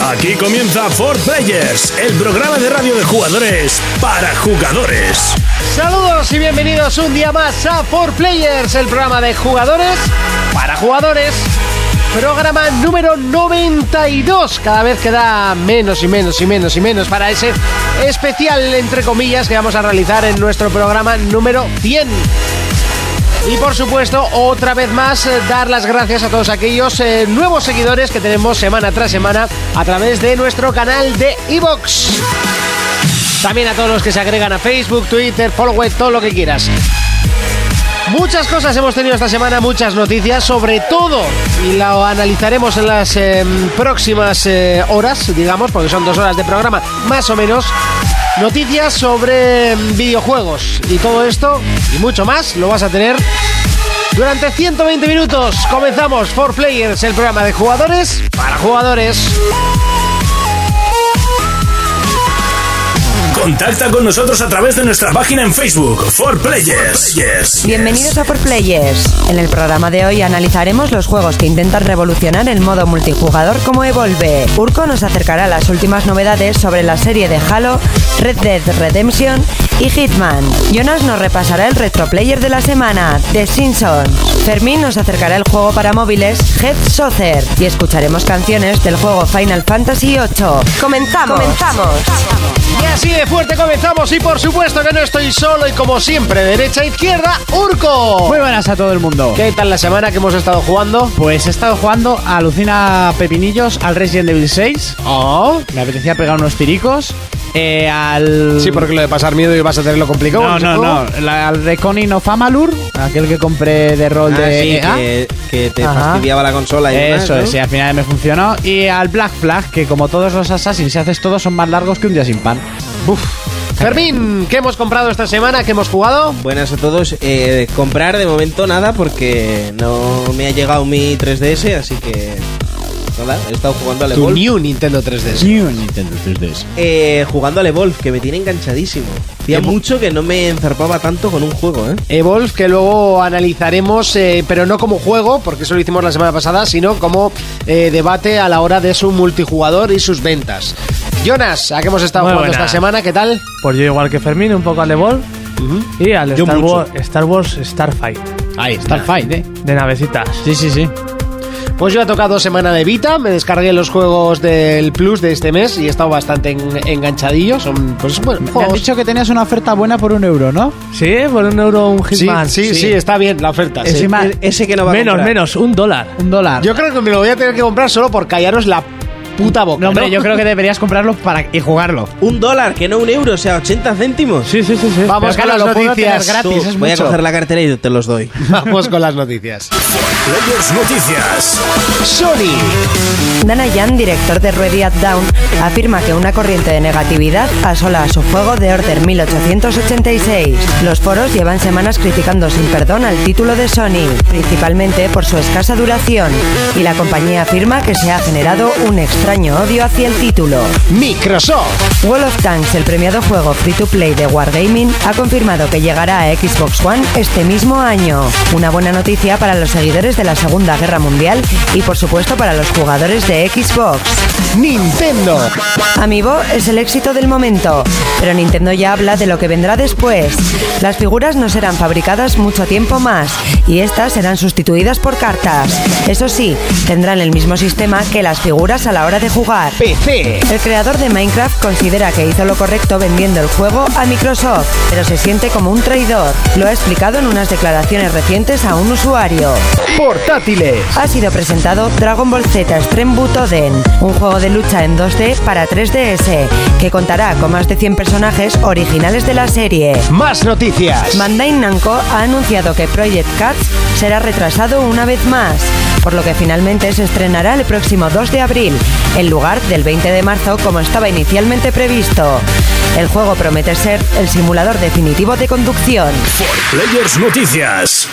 Aquí comienza For Players, el programa de radio de jugadores para jugadores. Saludos y bienvenidos un día más a For Players, el programa de jugadores para jugadores. Programa número 92, cada vez queda menos y menos y menos y menos para ese especial, entre comillas, que vamos a realizar en nuestro programa número 100. Y por supuesto, otra vez más, eh, dar las gracias a todos aquellos eh, nuevos seguidores que tenemos semana tras semana a través de nuestro canal de Evox. También a todos los que se agregan a Facebook, Twitter, Follow, todo lo que quieras. Muchas cosas hemos tenido esta semana, muchas noticias, sobre todo, y lo analizaremos en las eh, próximas eh, horas, digamos, porque son dos horas de programa, más o menos. Noticias sobre eh, videojuegos y todo esto y mucho más lo vas a tener durante 120 minutos. Comenzamos For Players, el programa de jugadores para jugadores. Contacta con nosotros a través de nuestra página en Facebook, For Players. Players. Bienvenidos a Por Players. En el programa de hoy analizaremos los juegos que intentan revolucionar el modo multijugador como Evolve. Urco nos acercará las últimas novedades sobre la serie de Halo, Red Dead Redemption y Hitman. Jonas nos repasará el retroplayer de la semana, The Simpsons. Fermín nos acercará el juego para móviles, Head Soccer. Y escucharemos canciones del juego Final Fantasy VIII. ¡Comenzamos! Y así de fuerte comenzamos y por supuesto que no estoy solo y como siempre, derecha e izquierda, Urco. Muy buenas a todo el mundo. ¿Qué tal la semana que hemos estado jugando? Pues he estado jugando a Lucina Pepinillos, al Resident Evil 6. Oh, Me apetecía pegar unos tiricos. eh, al. Sí, porque lo de pasar miedo y vas a tenerlo complicado. No, no, no. la- al Reconin of Amalur, aquel que compré de rol Ah, de sí, EA. que, que te Ajá. fastidiaba la consola y demás, Eso ¿no? es, y al final me funcionó. Y al Black Flag, que como todos los Assassins, si haces todos, son más largos que un día sin pan. Fermín, ¿qué hemos comprado esta semana? ¿Qué hemos jugado? Buenas a todos. Eh, comprar de momento nada porque no me ha llegado mi 3DS, así que nada, he estado jugando al Evolve. New Nintendo 3DS. Nintendo 3DS. Eh, jugando al Evolve, que me tiene enganchadísimo. Hacía mucho que no me enzarpaba tanto con un juego, ¿eh? Evolve, que luego analizaremos, eh, pero no como juego, porque eso lo hicimos la semana pasada, sino como eh, debate a la hora de su multijugador y sus ventas. Jonas, ¿a qué hemos estado Muy jugando buenas. esta semana? ¿Qué tal? Pues yo igual que Fermín, un poco al Evolve y al Yo Star, mucho. Wars, Star Wars Starfight Ahí, Starfight, eh. de navecitas. Sí, sí, sí. Pues yo he tocado semana de Vita, me descargué los juegos del Plus de este mes y he estado bastante en- enganchadillo. Son, pues, bueno, Me han juegos. dicho que tenías una oferta buena por un euro, ¿no? Sí, por un euro un Sí, Hitman. sí, sí, está bien la oferta. sí. Eh, Encima- E- Ese que no va a Menos, comprar. menos, un dólar. Un dólar. Yo creo que me lo voy a tener que comprar solo por callaros la puta boca. No, hombre, ¿no? yo creo que deberías comprarlo para y jugarlo. Un dólar, que no un euro, o sea, 80 céntimos. Sí, sí, sí, sí. Vamos Pero con claro, las lo puedo noticias. tener gratis, Tú, es voy mucho. a coger la cartera y te los doy. Vamos con las noticias. Players Noticias. Sony. Dana Yan, director de Ready at Down, afirma que una corriente de negatividad asola a su juego de Order 1886. Los foros llevan semanas criticando sin perdón al título de Sony, principalmente por su escasa duración, y la compañía afirma que se ha generado un extraño odio hacia el título. Microsoft. World of Tanks, el premiado juego free to play de Wargaming, ha confirmado que llegará a Xbox One este mismo año. Una buena noticia para los seguidores de la Segunda Guerra Mundial y por supuesto para los jugadores de Xbox. Nintendo. Amiibo es el éxito del momento, pero Nintendo ya habla de lo que vendrá después. Las figuras no serán fabricadas mucho tiempo más y estas serán sustituidas por cartas. Eso sí, tendrán el mismo sistema que las figuras a la hora de jugar. PC. El creador de Minecraft considera que hizo lo correcto vendiendo el juego a Microsoft, pero se siente como un traidor. Lo ha explicado en unas declaraciones recientes a un usuario. Portátiles. Ha sido presentado Dragon Ball Z Extreme Butoden, un juego de lucha en 2D para 3DS, que contará con más de 100 personajes originales de la serie. Más noticias. Bandai Namco ha anunciado que Project Cats será retrasado una vez más, por lo que finalmente se estrenará el próximo 2 de abril, en lugar del 20 de marzo como estaba inicialmente previsto. El juego promete ser el simulador definitivo de conducción. Players Noticias.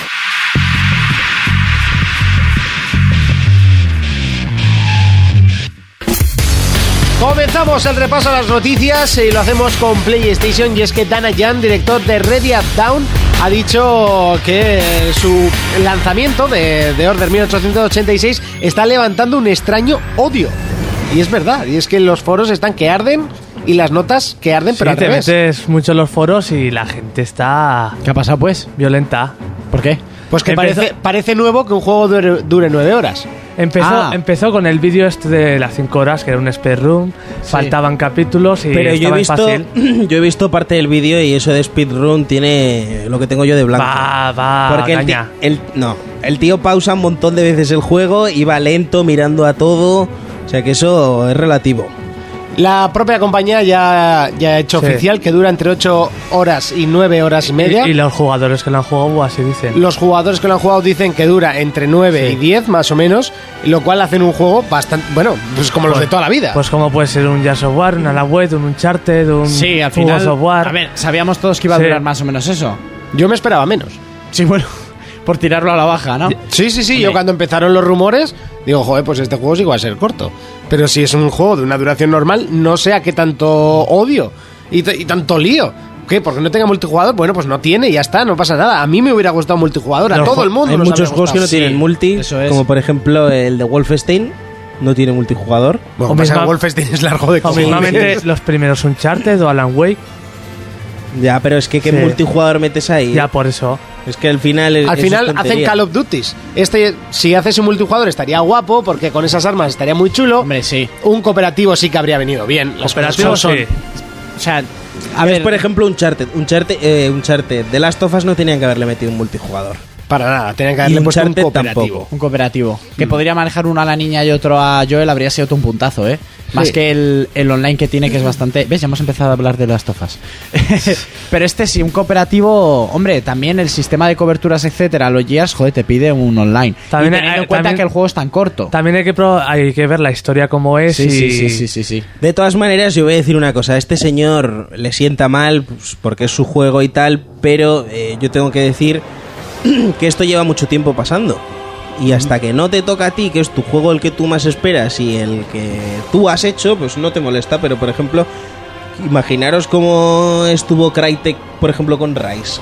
Comenzamos el repaso a las noticias y lo hacemos con PlayStation y es que Dana Jan, director de Ready at Down, ha dicho que eh, su lanzamiento de, de Order 1886 está levantando un extraño odio. Y es verdad, y es que los foros están que arden y las notas que arden, pero Sí, al te revés. metes mucho en los foros y la gente está ¿Qué ha pasado, pues? violenta. ¿Por qué? Pues que Empezó- parece, parece nuevo que un juego dure, dure nueve horas. Empezó, Ah. empezó con el vídeo este de las 5 horas, que era un spare room. Faltaban capítulos y Pero yo he estaba en visto fácil. yo he visto parte del vídeo y eso de speedrun tiene lo que tengo yo de blanco. Va, va, Porque el, ti- Ah, caña. el- no, el tío pausa un montón de veces el juego, iba lento mirando a todo, o sea que eso es relativo. La propia compañía ya, ya ha hecho Sí. oficial que dura entre ocho horas y nueve horas y media. Y, y los jugadores que lo han jugado así dicen. Los jugadores que lo han jugado dicen que dura entre 9 Sí. y 10, más o menos, lo cual hacen un juego bastante. Bueno, pues como los de toda la vida. Pues como puede ser un Jazz Software, un Alawet, un Uncharted, un Sí, al Hugo final. Software. A ver, sabíamos todos que iba a Sí. durar más o menos eso. yo me esperaba menos. Sí, bueno, por tirarlo a la baja, ¿no? Sí, sí, sí. Yo cuando empezaron los rumores, digo, joder, pues este juego sí que va a ser corto. Pero si es un juego de una duración normal, no sé a qué tanto odio y, t- y tanto lío. ¿Qué? Porque no tenga multijugador, bueno, pues no tiene, ya está, no pasa nada. A mí me hubiera gustado multijugador, a Los todo ju- el mundo. Hay nos muchos habría juegos que no gustado. tienen multi, eso es. como por ejemplo el de Wolfenstein, no tiene multijugador. Bueno, O pasa que misma- Wolfenstein es largo de O cojones. mismamente los primeros Uncharted o Alan Wake, Ya, pero es que qué Sí. multijugador metes ahí. ya por eso. Es que al final es- Al Eh, eso es final hacen tontería. Call of Duties. Este, si haces un multijugador estaría guapo porque con esas armas estaría muy chulo. Hombre, sí. Un cooperativo sí que habría venido bien. Los Operativos son. sí. O sea, a Es, ver. por ejemplo Uncharted, Uncharted, eh, Uncharted, The Last of Us no tenían que haberle metido un multijugador. Para nada, tenían que haberle Y puesto un Uncharted cooperativo. tampoco. Un cooperativo. Que podría manejar uno a la niña y otro a Joel, habría sido un puntazo, ¿eh? Más Sí. que el, el online que tiene, que es bastante. ¿Ves? Ya hemos empezado a hablar de las tofas. Pero este sí, un cooperativo. Hombre, también el sistema de coberturas, etcétera, los guías, joder, te pide un online. También, y teniendo eh, en cuenta también- que el juego es tan corto. También hay que, pro- hay que ver la historia como es Sí, y sí, sí, sí, sí, sí. De todas maneras, yo voy a decir una cosa. A este señor le sienta mal pues, porque es su juego y tal, pero eh, yo tengo que decir que esto lleva mucho tiempo pasando. Y hasta que no te toca a ti, que es tu juego el que tú más esperas y el que tú has hecho, pues no te molesta. Pero, por ejemplo, imaginaros cómo estuvo Crytek, por ejemplo, con Rise.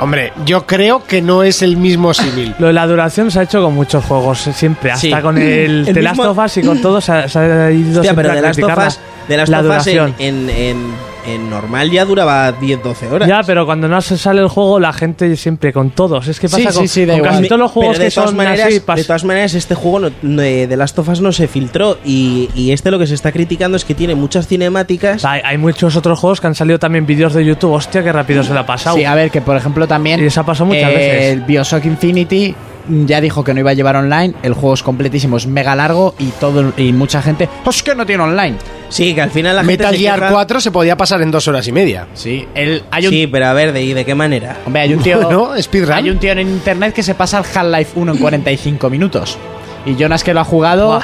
Hombre, yo creo que no es el mismo símil. Lo de la duración se ha hecho con muchos juegos, eh, siempre. Hasta Sí. con el, El The Last mismo- of Us y con todo se ha, se ha ido Hostia, siempre pero a de las criticarla. tofas, de las la tofas en, duración. en, en- en normal ya duraba 10-12 horas. Ya, pero cuando no se sale el juego, la gente siempre con todos. Es que Sí, pasa sí, con, sí, da con igual. casi todos los juegos Pero de que todas son maneras, así. pas- De todas maneras, este juego no- no- de, de Last of Us no se filtró. Y, y este lo que se está criticando es que tiene muchas cinemáticas. hay, hay muchos otros juegos que han salido también vídeos de YouTube. Hostia, qué rápido se la ha pasado. Sí, a ver, que por ejemplo también. eh, Y eso ha pasado muchas veces. El Bioshock Infinity mm, ya dijo que no iba a llevar online. El juego es completísimo, es mega largo y todo y mucha gente. ¡Es que no tiene online! Sí, que al final la Metal gente. se Gear queja- 4 se podía pasar en dos horas y media. Sí, el, hay un. Sí, pero a ver, ¿de, y de qué manera? Hombre, hay un tío. Bueno, speedrun. Hay un tío en internet que se pasa el Half-Life 1 en 45 minutos. Y Jonas que lo ha jugado. Buah.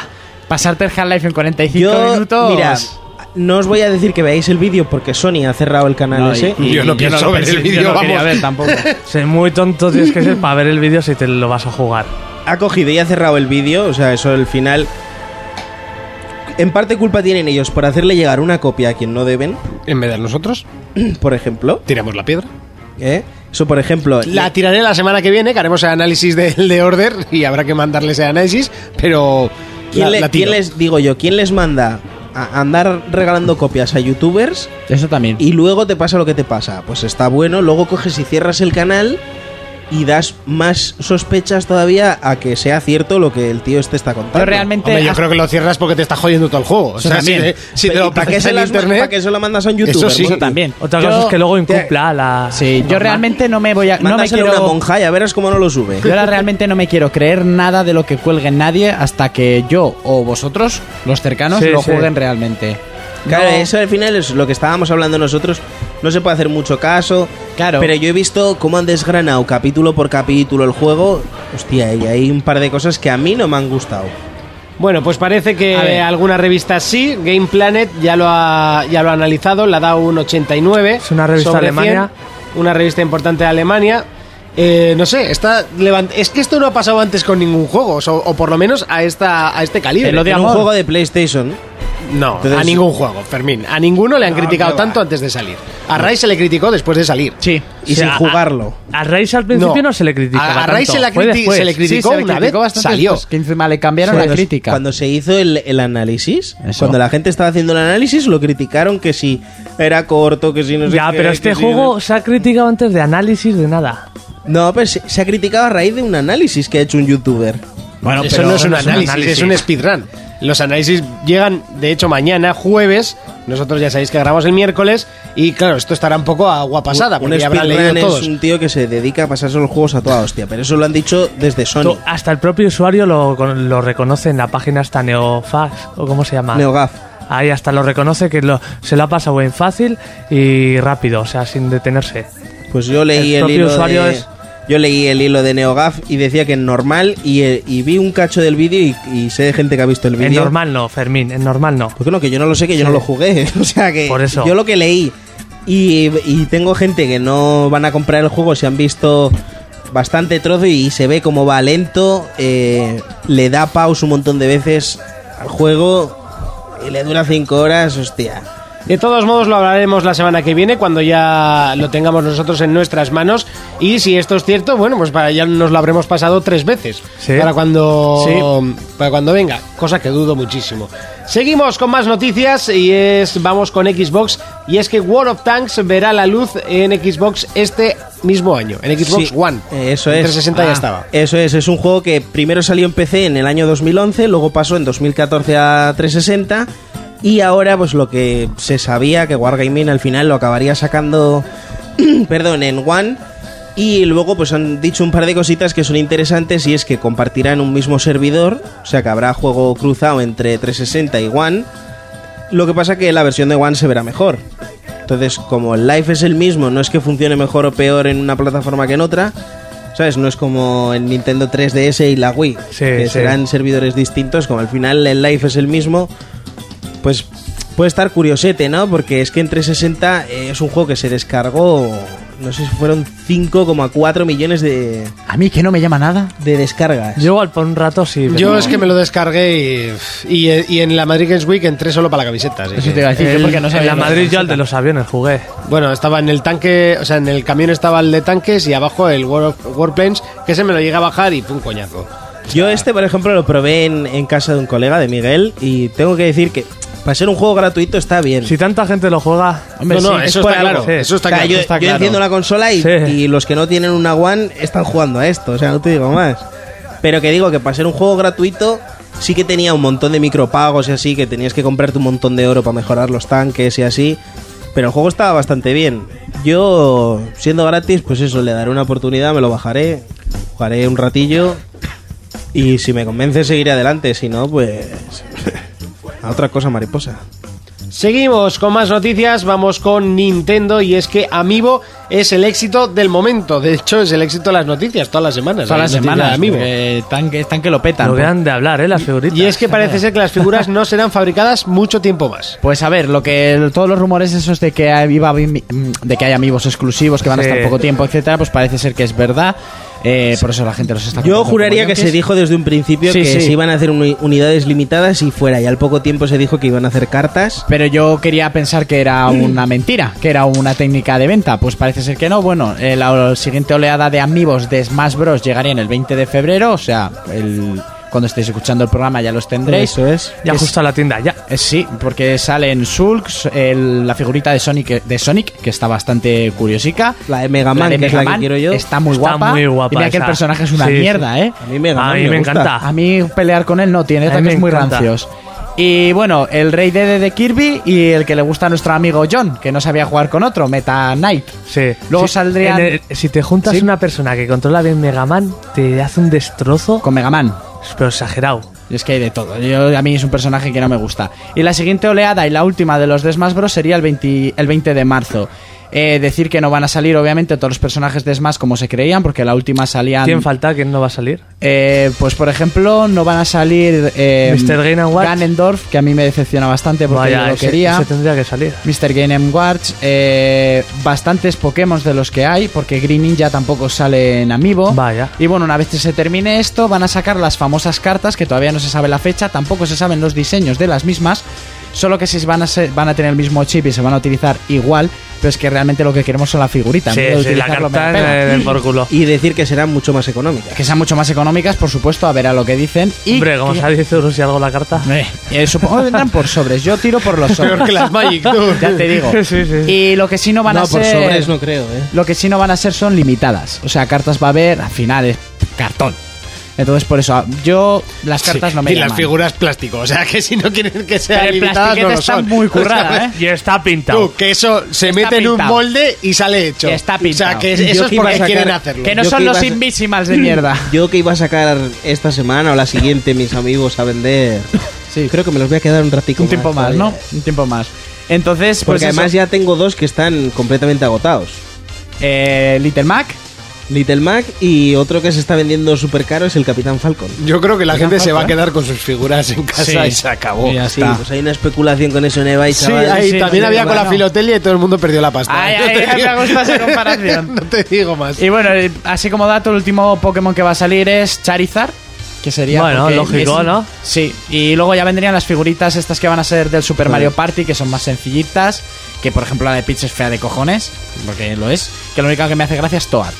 Pasarte el Half-Life en 45 Yo, minutos. mira, no os voy a decir que veáis el vídeo porque Sony ha cerrado el canal No, y- ese. y- Yo no lo pienso ver pensé, el vídeo, yo no quería vamos. ver tampoco. Sé muy tonto tienes que ser para ver el vídeo si te lo vas a jugar. Ha cogido y ha cerrado el vídeo. O sea, eso al final. En parte culpa tienen ellos por hacerle llegar una copia a quien no deben, En vez de nosotros, por ejemplo. tiramos la piedra. ¿eh? Eso, por ejemplo. La tiraré la semana que viene, que haremos el análisis del de Order y habrá que mandarle ese análisis, pero. ¿Quién, la- le- la quién tiro. les digo yo? ¿Quién les manda a andar regalando copias a youtubers Eso también. y luego te pasa lo que te pasa? Pues está bueno, luego coges y cierras el canal y das más sospechas todavía a que sea cierto lo que el tío este está contando. Yo realmente. Hombre, yo creo que lo cierras porque te está jodiendo todo el juego. O Eso sea, si, también. te- si te lo ¿Para qué pasas se en las- internet. para qué se lo mandas a un youtuber? Eso sí. Bueno, también. Otra Yo- cosa es que luego incumpla la. Sí, yo norma. realmente no me voy a. No me Mándaselo quiero. a una monja y a verás cómo no lo sube. Yo ahora realmente no me quiero creer nada de lo que cuelgue nadie hasta que yo o vosotros, los cercanos, Sí, lo sí. jueguen realmente. Claro, No- eso al final es lo que estábamos hablando nosotros. No se puede hacer mucho caso. Claro. Pero yo he visto cómo han desgranado capítulo por capítulo el juego. Hostia, y hay un par de cosas que a mí no me han gustado. Bueno, pues parece que A ver. alguna revista sí, Game Planet ya lo ha, ya lo ha analizado, la da un 89. Es una revista sobre alemana. 100, una revista importante de Alemania. Eh, no sé, está levant- es que esto no ha pasado antes con ningún juego, o, o por lo menos a, esta, a este calibre. Te lo digo. Era un amor. juego de PlayStation. No, Entonces- a ningún juego, Fermín. A ninguno le han criticado qué va. tanto antes de salir. A Rise se le criticó después de salir. Sí. Y O sea, sin a- jugarlo. A Raíz al principio no, se le criticaba A, a Rise tanto, se, la fue criti- después. se le criticó una vez, salió. después, pues, que encima le cambiaron la Cuando- crítica. Cuando se hizo el, el análisis, Eso. cuando la gente estaba haciendo el análisis, lo criticaron que si era corto, que si no sé Ya, qué, pero que este si juego se ha criticado antes de análisis de nada. No, No, pero se, se ha criticado a raíz de un análisis que ha hecho un youtuber. bueno, Eso pero- no es un no es un análisis, análisis. es un speedrun. Los análisis llegan, de hecho, mañana, jueves. Nosotros ya sabéis que grabamos el miércoles. Y claro, esto estará un poco a agua pasada, un porque ya habrán leído speedrun es todos. un tío que se dedica a pasarse los juegos a toda hostia, pero eso lo han dicho desde Sony. Tú- hasta el propio usuario lo, lo reconoce en la página esta Neofax, o cómo se llama. Neogaf. Ahí hasta lo reconoce que lo, se lo ha pasado en fácil y rápido, o sea, sin detenerse. Pues yo leí El el, propio hilo usuario de, es- yo leí el hilo de NeoGaf y decía que en normal y, eh, y vi un cacho del vídeo y, y sé de gente que ha visto el En vídeo. normal no, Fermín, en normal no. Porque no, Pues que yo no lo sé, que yo no lo jugué. O sea que Por eso. yo lo que leí y, y tengo gente que no van a comprar el juego si han visto bastante trozo y se ve como va lento, eh, le da pausa un montón de veces al juego y le dura 5 horas, hostia. De todos modos, lo hablaremos la semana que viene, cuando ya lo tengamos nosotros en nuestras manos. Y si esto es cierto, bueno, pues para ya nos lo habremos pasado tres veces. Sí. Para cuando. Para cuando venga, cosa que dudo muchísimo. Seguimos con más noticias y es. Vamos con Xbox. Y es que World of Tanks verá la luz en Xbox este mismo año, en Xbox Sí, One. eh, Eso En es. 360 ya Ah, estaba. Eso es, es un juego que primero salió en PC en el año 2011, luego pasó en 2014 a 360 y ahora pues lo que se sabía que Wargaming al final lo acabaría sacando perdón, en One y luego pues han dicho un par de cositas que son interesantes y es que compartirán un mismo servidor, o sea que habrá juego cruzado entre 360 y One. Lo que pasa que la versión de One se verá mejor. Entonces, como el Live es el mismo, no es que funcione mejor o peor en una plataforma que en otra. ¿Sabes? No es como el Nintendo 3DS y la Wii. Sí, que sí. serán servidores distintos. Como al final el Live es el mismo, pues puede estar curiosete, ¿no? Porque es que en 360 eh, es un juego que se descargó, no sé si fueron 5,4 millones de, a mí que no me llama nada. de descargas. Yo al por un rato sí. pero Yo no. es que me lo descargué y, y- y en la Madrid Games Week entré solo para la camiseta. así Eso que- te iba a decir, yo El- porque no en sabía la lo Madrid que yo al de los aviones jugué. Bueno, estaba en el tanque, o sea, en el camión estaba el de tanques y abajo el War of- Warplanes, que se me lo llega a bajar y fue un coñazo. Yo este, por ejemplo, lo probé en, en casa de un colega, de Miguel, y tengo que decir que para ser un juego gratuito está bien. Si tanta gente lo juega, Hombre, no, no, sí, eso, es por está algo, claro, sí. eso está O sea, claro. yo, eso está yo claro. enciendo la consola y, Sí. y los que no tienen una One están jugando a esto, o sea, no te digo más. Pero que digo que para ser un juego gratuito sí que tenía un montón de micropagos y así, que tenías que comprarte un montón de oro para mejorar los tanques y así. Pero el juego estaba bastante bien. Yo, siendo gratis, pues eso, le daré una oportunidad, me lo bajaré, jugaré un ratillo y si me convence seguiré adelante, si no, pues... A otra cosa mariposa. Seguimos con más noticias, vamos con Nintendo y es que Amiibo es el éxito del momento. De hecho, es el éxito de las noticias todas las semanas. Todas las hay noticias de semanas, Amiibo. porque están que, están que lo petan. lo vean de hablar, ¿eh? Las figuritas. Y es que parece ser que las figuras no serán fabricadas mucho tiempo más. Pues a ver, lo que todos los rumores esos de que hay, iba- mm, de que hay amigos exclusivos que van a Sí. estar poco tiempo, etcétera, pues parece ser que es verdad. Eh, Por eso la gente los está. Yo comprando juraría como que se yonkis. dijo desde un principio Sí, que sí. se iban a hacer uni- unidades limitadas y fuera. Y al poco tiempo se dijo que iban a hacer cartas. Pero yo quería pensar que era Mm. una mentira, que era una técnica de venta. Pues parece ser que no. Bueno, eh, la siguiente oleada de amigos de Smash Bros. llegaría en el 20 de febrero. O sea, el- cuando estéis escuchando el programa ya los tendréis. Eso es. Ya Es- justo a la tienda, ya. Eh, Sí, porque salen Sulks, el- la figurita de Sonic, de Sonic, que está bastante curiosica. La de Mega Man, de que es la Mega que Man, quiero yo. Está muy Está guapa. muy guapa Y mira que el esa. personaje es una Sí, sí. mierda, ¿eh? A mí Mega A Man mí me me gusta. encanta. A mí pelear con él no tiene, Ah. A mí me ataques muy encanta. rancios. Y bueno, el rey de, de Kirby y el que le gusta a nuestro amigo John, que no sabía jugar con otro, Meta Knight. Sí. Luego Sí, saldrían- en el- si te juntas Sí. una persona que controla bien Mega Man, te hace un destrozo, Con Mega Man. pero exagerado. Es que hay de todo. Yo, a mí es un personaje que no me gusta. Y la siguiente oleada y la última de los de Smash Bros. sería el 20, el 20 de marzo. Eh, decir que no van a salir, obviamente, todos los personajes de Smash como se creían, porque la última salían. ¿Quién falta? ¿Quién no va a salir? Eh, pues por ejemplo, no van a salir eh, Mr. Game Watch. Ganondorf, que a mí me decepciona bastante porque yo lo ese- quería. ese tendría que salir. Mr. Game Watch, eh, bastantes Pokémon de los que hay, porque Green Ninja tampoco sale en Amiibo. Vaya. Y bueno, una vez que se termine esto, van a sacar las famosas cartas, que todavía no se sabe la fecha, tampoco se saben los diseños de las mismas. Solo que si van a, ser- van a tener el mismo chip y se van a utilizar igual, pero es que realmente lo que queremos son la figurita. en Sí, vez de sí, la utilizarlo, me carta pela. eh, del por culo. Y decir que serán mucho más económicas. Que sean mucho más económicas, por supuesto, a ver a lo que dicen. Y Hombre, como que- sea 10 euros y algo la carta. Eh, eh, supongo que vendrán por sobres. Yo tiro por los sobres. Peor que las Magic, tú. Ya te digo. Sí, sí, sí. Y lo que sí no van no, a por ser. sobres no creo, ¿eh? Lo que sí no van a ser son limitadas. O sea, cartas va a haber, al final es cartón. Entonces, por eso, yo las cartas Sí, no me y llaman. las figuras plástico, o sea que si no quieren que Pero sean el limitadas plastiquete no lo está son. muy O sea, currada, ¿eh? Y está pintado. Tú, que eso se Está mete en un pintado. molde y sale hecho. Que está O pintado. sea, que Yo eso es que iba porque a sacar- quieren hacerlo. Que no Yo son que iba los a ser- invisibles de mierda. Yo que iba a sacar esta semana o la siguiente mis amigos a vender. Sí. Creo que me los voy a quedar un ratico. Un tiempo más, ¿no? todavía. Un tiempo más. Entonces, pues Porque además eso, ya tengo dos que están completamente agotados. eh, Little Mac, Little Mac y otro que se está vendiendo súper caro es el Capitán Falcon. Yo creo que la gente se va a falta, quedar con sus figuras en casa Sí. y se acabó. Y ya Sí, está. pues hay una especulación con eso en eBay, Sí, chavales. ahí sí, también sí, había con la bueno. filotelia y todo el mundo perdió la pasta. Ay, ay, te ay, me digo- gusta esa comparación. no te digo más. Y bueno, eh, así como dato, el último Pokémon que va a salir es Charizard. Que sería. Bueno, porque lógico, es- ¿no? Sí, y luego ya vendrían las figuritas estas que van a ser del Super Mario Party, que son más sencillitas. Que por ejemplo la de Peach es fea de cojones, porque lo es. Que lo único que me hace gracia es Toad.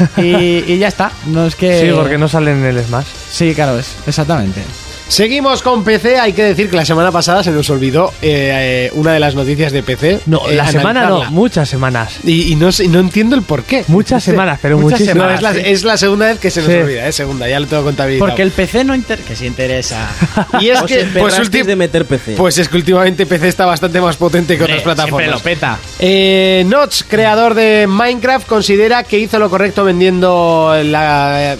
Y, y ya está, no es que. Sí, porque no sale en el Smash. Sí, claro, es, exactamente. Seguimos con PC. Hay que decir que la semana pasada se nos olvidó eh, eh, una de las noticias de PC. No, eh, la semana no, analizarla. muchas semanas. Y, y no, sé- no entiendo el por qué. Muchas semanas, pero muchísimas. No, es, la, es la segunda vez que se nos Sí. olvida, ¿eh? Segunda, ya lo tengo contabilizado. Porque el PC no interesa. Que sí interesa. Y es Os que, pues, emperrasteis ulti- de meter PC. pues es que últimamente PC está bastante más potente que otras Hombre, Siempre lo plataformas. peta. Eh, Notch, creador de Minecraft, considera que hizo lo correcto vendiendo la-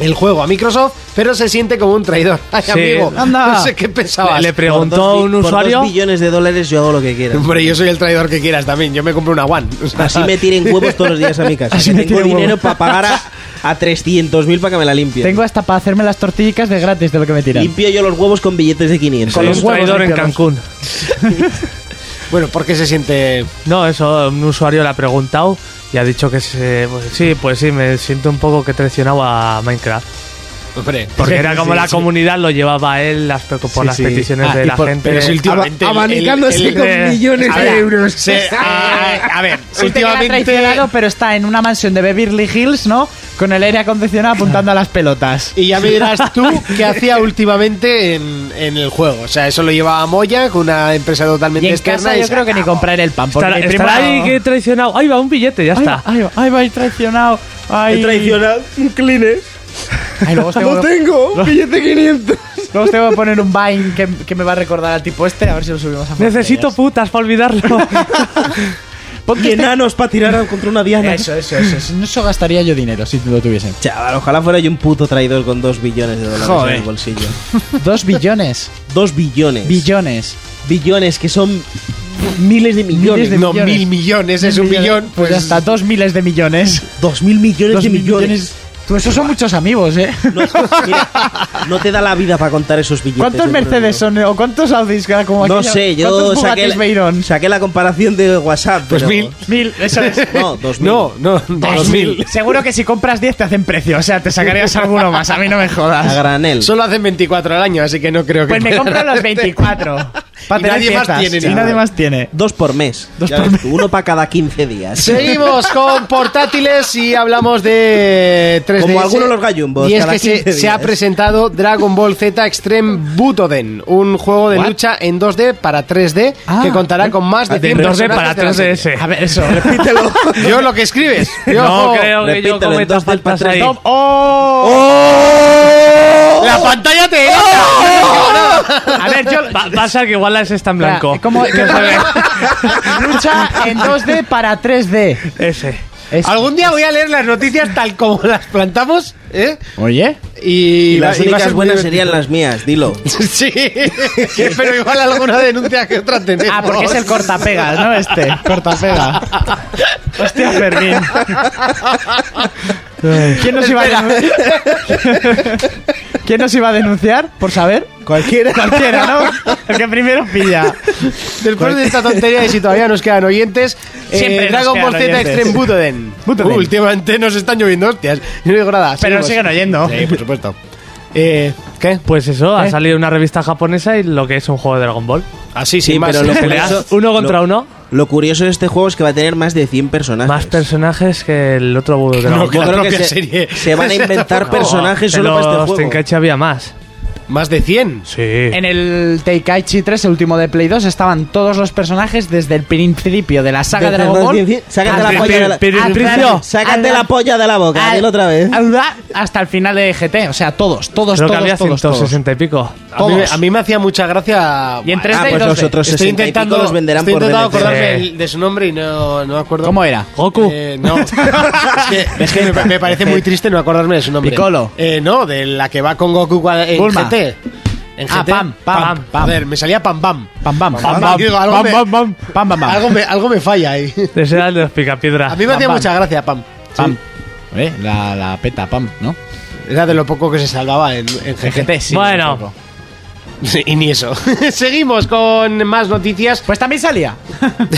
el juego a Microsoft, pero se siente como un traidor. Ay, Sí. amigo, Anda. no sé qué pensabas. Le, le Por preguntó dos a bi- un por usuario. dos billones de dólares yo hago lo que quiera. Hombre, yo soy el traidor que quieras también. Yo me compro una One. O sea, Así me tiren huevos todos los días a mi casa. Así que me tengo tiren dinero huevos. para pagar a, a 300.000 para que me la limpien. Tengo hasta para hacerme las tortillas de gratis de lo que me tiran. Limpio yo los huevos con billetes de 500. Con Sí. un Los huevos traidor en limpiados. Cancún. bueno, ¿por qué se siente No, eso, un usuario le ha preguntado y ha dicho que se, pues sí, pues sí, me siento un poco que traicionaba a Minecraft. Hombre, Porque era Sí, como sí, la sí. comunidad lo llevaba a él las, pe- por las sí. peticiones Ah, de y la por- gente. pero si últimamente el- el- el- eh, a ver, se- a, a ver, últimamente pero está en una mansión de Beverly Hills, ¿no? Con el aire acondicionado apuntando a las pelotas. y ya me dirás tú qué hacía últimamente en, en el juego. O sea, eso lo llevaba Moya con una empresa Y totalmente en externa. casa y "Ah, yo se creo que ni acabó. comprar el pan, porque estará, mi prima ah, estará ahí no- que he traicionado. Ahí va, un billete, ya Ahí está. va, ahí va, ahí va, he traicionado. Ay, un cleaner. Ay, luego, os tengo que, tengo, un billete 500. luego os tengo que poner un Vine que, que me va a recordar al tipo este, a ver si lo subimos a Necesito Fortnite. putas para olvidarlo. Y enanos para tirar contra una diana. Eso, eso, eso, eso. En eso gastaría yo dinero si lo tuviese. Chaval, ojalá fuera yo un puto traidor con dos billones de dólares Joder. en el bolsillo. Dos billones. Dos billones. billones. billones, que son miles de millones. Miles de no, millones. mil millones, es un millón. Pues, Pues, hasta dos miles de millones. Dos mil millones Dos de mil millones. Tú, esos son muchos amigos, ¿eh? No, mira, no te da la vida para contar esos billetes. ¿Cuántos yo creo Mercedes yo. son eh, o cuántos Audis? que era Como No aquella- sé, yo ¿Cuántos saqué Bugattis la, Veyron? saqué la comparación de WhatsApp. Pues pero- mil. Mil, eso es. No, dos mil. no, no, dos mil. Seguro que si compras 10 te hacen precio, o sea, te sacarías alguno más, a mí no me A jodas. granel. Solo hacen 24 al año, así que no creo que. Pues me compro los 24. pa' Y tener nadie más fiestas. tiene, Y chaval. nadie más tiene. Dos por mes. Dos Ya por ves tú, Uno para cada 15 días. Seguimos con portátiles y hablamos de 3DS. Como algunos los gallumbos, Y es cada que 15 se, se días. ha presentado Dragon Ball Z Extreme Butoden, un juego de What? lucha en 2D para 3D Ah, que contará con más de De 100 2D personajes para de la 3DS. serie. A ver, eso. Repítelo. Yo lo que escribes. Yo no creo que yo Repítelo, cometa entonces, faltas para ahí. tres. Tom- ¡Oh! La pantalla te. A ver, yo. Va, va a ser que igual ese está en Espera, blanco. ¿cómo- No se ve. Lucha en 2D para 3D. Ese. Es- Algún día voy a leer las noticias tal como las plantamos, ¿eh? Oye. Y, Y las y va a únicas ser muy buenas divertido. serían las mías, dilo. Sí, pero igual alguna denuncia que otra tenemos. Ah, porque es el cortapegas, ¿no? Este. Cortapega. Hostia, Fermín. ¿Quién nos, iba a denun- ¿Quién nos iba a denunciar? Por saber. Cualquiera. Cualquiera, ¿no? El que primero pilla. Después de esta tontería y si todavía nos quedan oyentes, eh, Siempre nos Dragon quedan Ball Z oyentes. Extreme Butoden. Butoden. Uh, últimamente nos están lloviendo hostias. Yo no digo nada. Pero seguimos. siguen oyendo. Sí, por supuesto. Eh, ¿Qué? Pues eso, ha salido una revista japonesa y lo que es un juego de Dragon Ball. Así, Sí, sin más. pero lo curioso, Peleas uno contra lo- uno, Lo curioso de este juego es que va a tener más de 100 personajes. más personajes que el otro Dragon No, Ball. que Yo la creo que propia se, serie. se van a inventar personajes en solo para este los juego. Tenkaichi había más. Más de 100. Sí. En el Teikaichi 3, el último de Play 2, estaban todos los personajes desde el principio de la saga de Desde Dragon los Ball. 10 Sácate hasta- la polla de la, Pero- hasta- Principio, sácate la polla de la boca, al- dilo otra vez. al- Hasta el final de GT, o sea, todos, todos, Creo que todos, había todos, todos. 160 y pico. A mí, Todos. a mí me hacía mucha gracia. Y en Buah, 3D Ah, y pues 12. los otros 60 Estoy y pico intentando, los venderán estoy por intentando DLC. acordarme Sí. el- de su nombre y no, no me acuerdo. ¿Cómo era? Goku. Eh, no. es que, es que me, me parece muy triste no acordarme de su nombre. Eh, Piccolo. Eh, no, de la que va con Goku cua- en Bulma. GT. En Ah, GT. pam, pam, pam. Joder, me salía pam, pam. Pam, pam, pam, pam, Digo, algo pam, me- pam, pam, pam, pam, pam. Algo me, algo me falla ahí. Ese era el de los Picapiedra. A mí me hacía Ah, pam. mucha gracia, pam. Pam. Sí. Eh, La, la peta, pam, ¿no? Era de lo poco que se salvaba en, en GT. GT, sí. Bueno. un poco. Sí, y ni eso. Seguimos con más noticias. Pues también salía.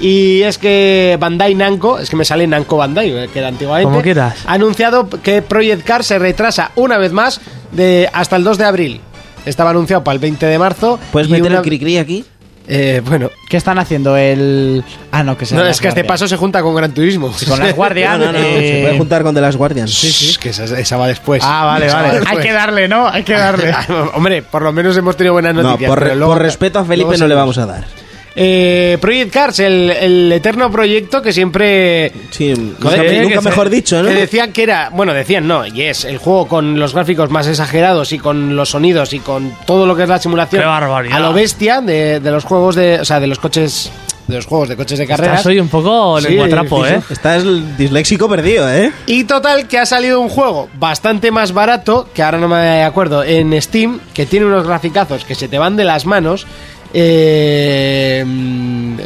Y es que Bandai Namco, es que me sale Namco Bandai, eh, que era antiguamente. Como quieras. Ha anunciado que Project Car se retrasa una vez más de hasta el 2 de abril. Estaba anunciado para el 20 de marzo. ¿Puedes y meter una- el cri-cri aquí? Eh, bueno, ¿Qué están haciendo? El. Ah, no, que se no, es que este paso se junta con Gran Turismo. Con las guardias. No, no, no, eh, se puede juntar con The Last Guardians. Shh, Que esa, esa va después. Ah, vale, Esa va vale. después. Ah, Hay que darle, ¿no? Hay que darle. Hombre, por lo menos hemos tenido buenas No, noticias. por, pero re- luego- por respeto a Felipe luego no le seguimos. vamos a dar. Eh, Project Cars, el, el eterno proyecto que siempre Sí, Joder, nunca, tiene eh, nunca que mejor dicho, ¿no? Que decían que era, bueno, decían no, y es el juego con los gráficos más exagerados y con los sonidos y con todo lo que es la simulación ¡Qué barbaridad! a lo bestia de, de los juegos de, o sea, de los coches, de los juegos de coches de carreras. Estás hoy un poco Sí, lenguatrapo, sí, ¿eh? Estás el disléxico perdido, ¿eh? Y total que ha salido un juego bastante más barato, que ahora no me acuerdo, en Steam, que tiene unos graficazos que se te van de las manos. eh,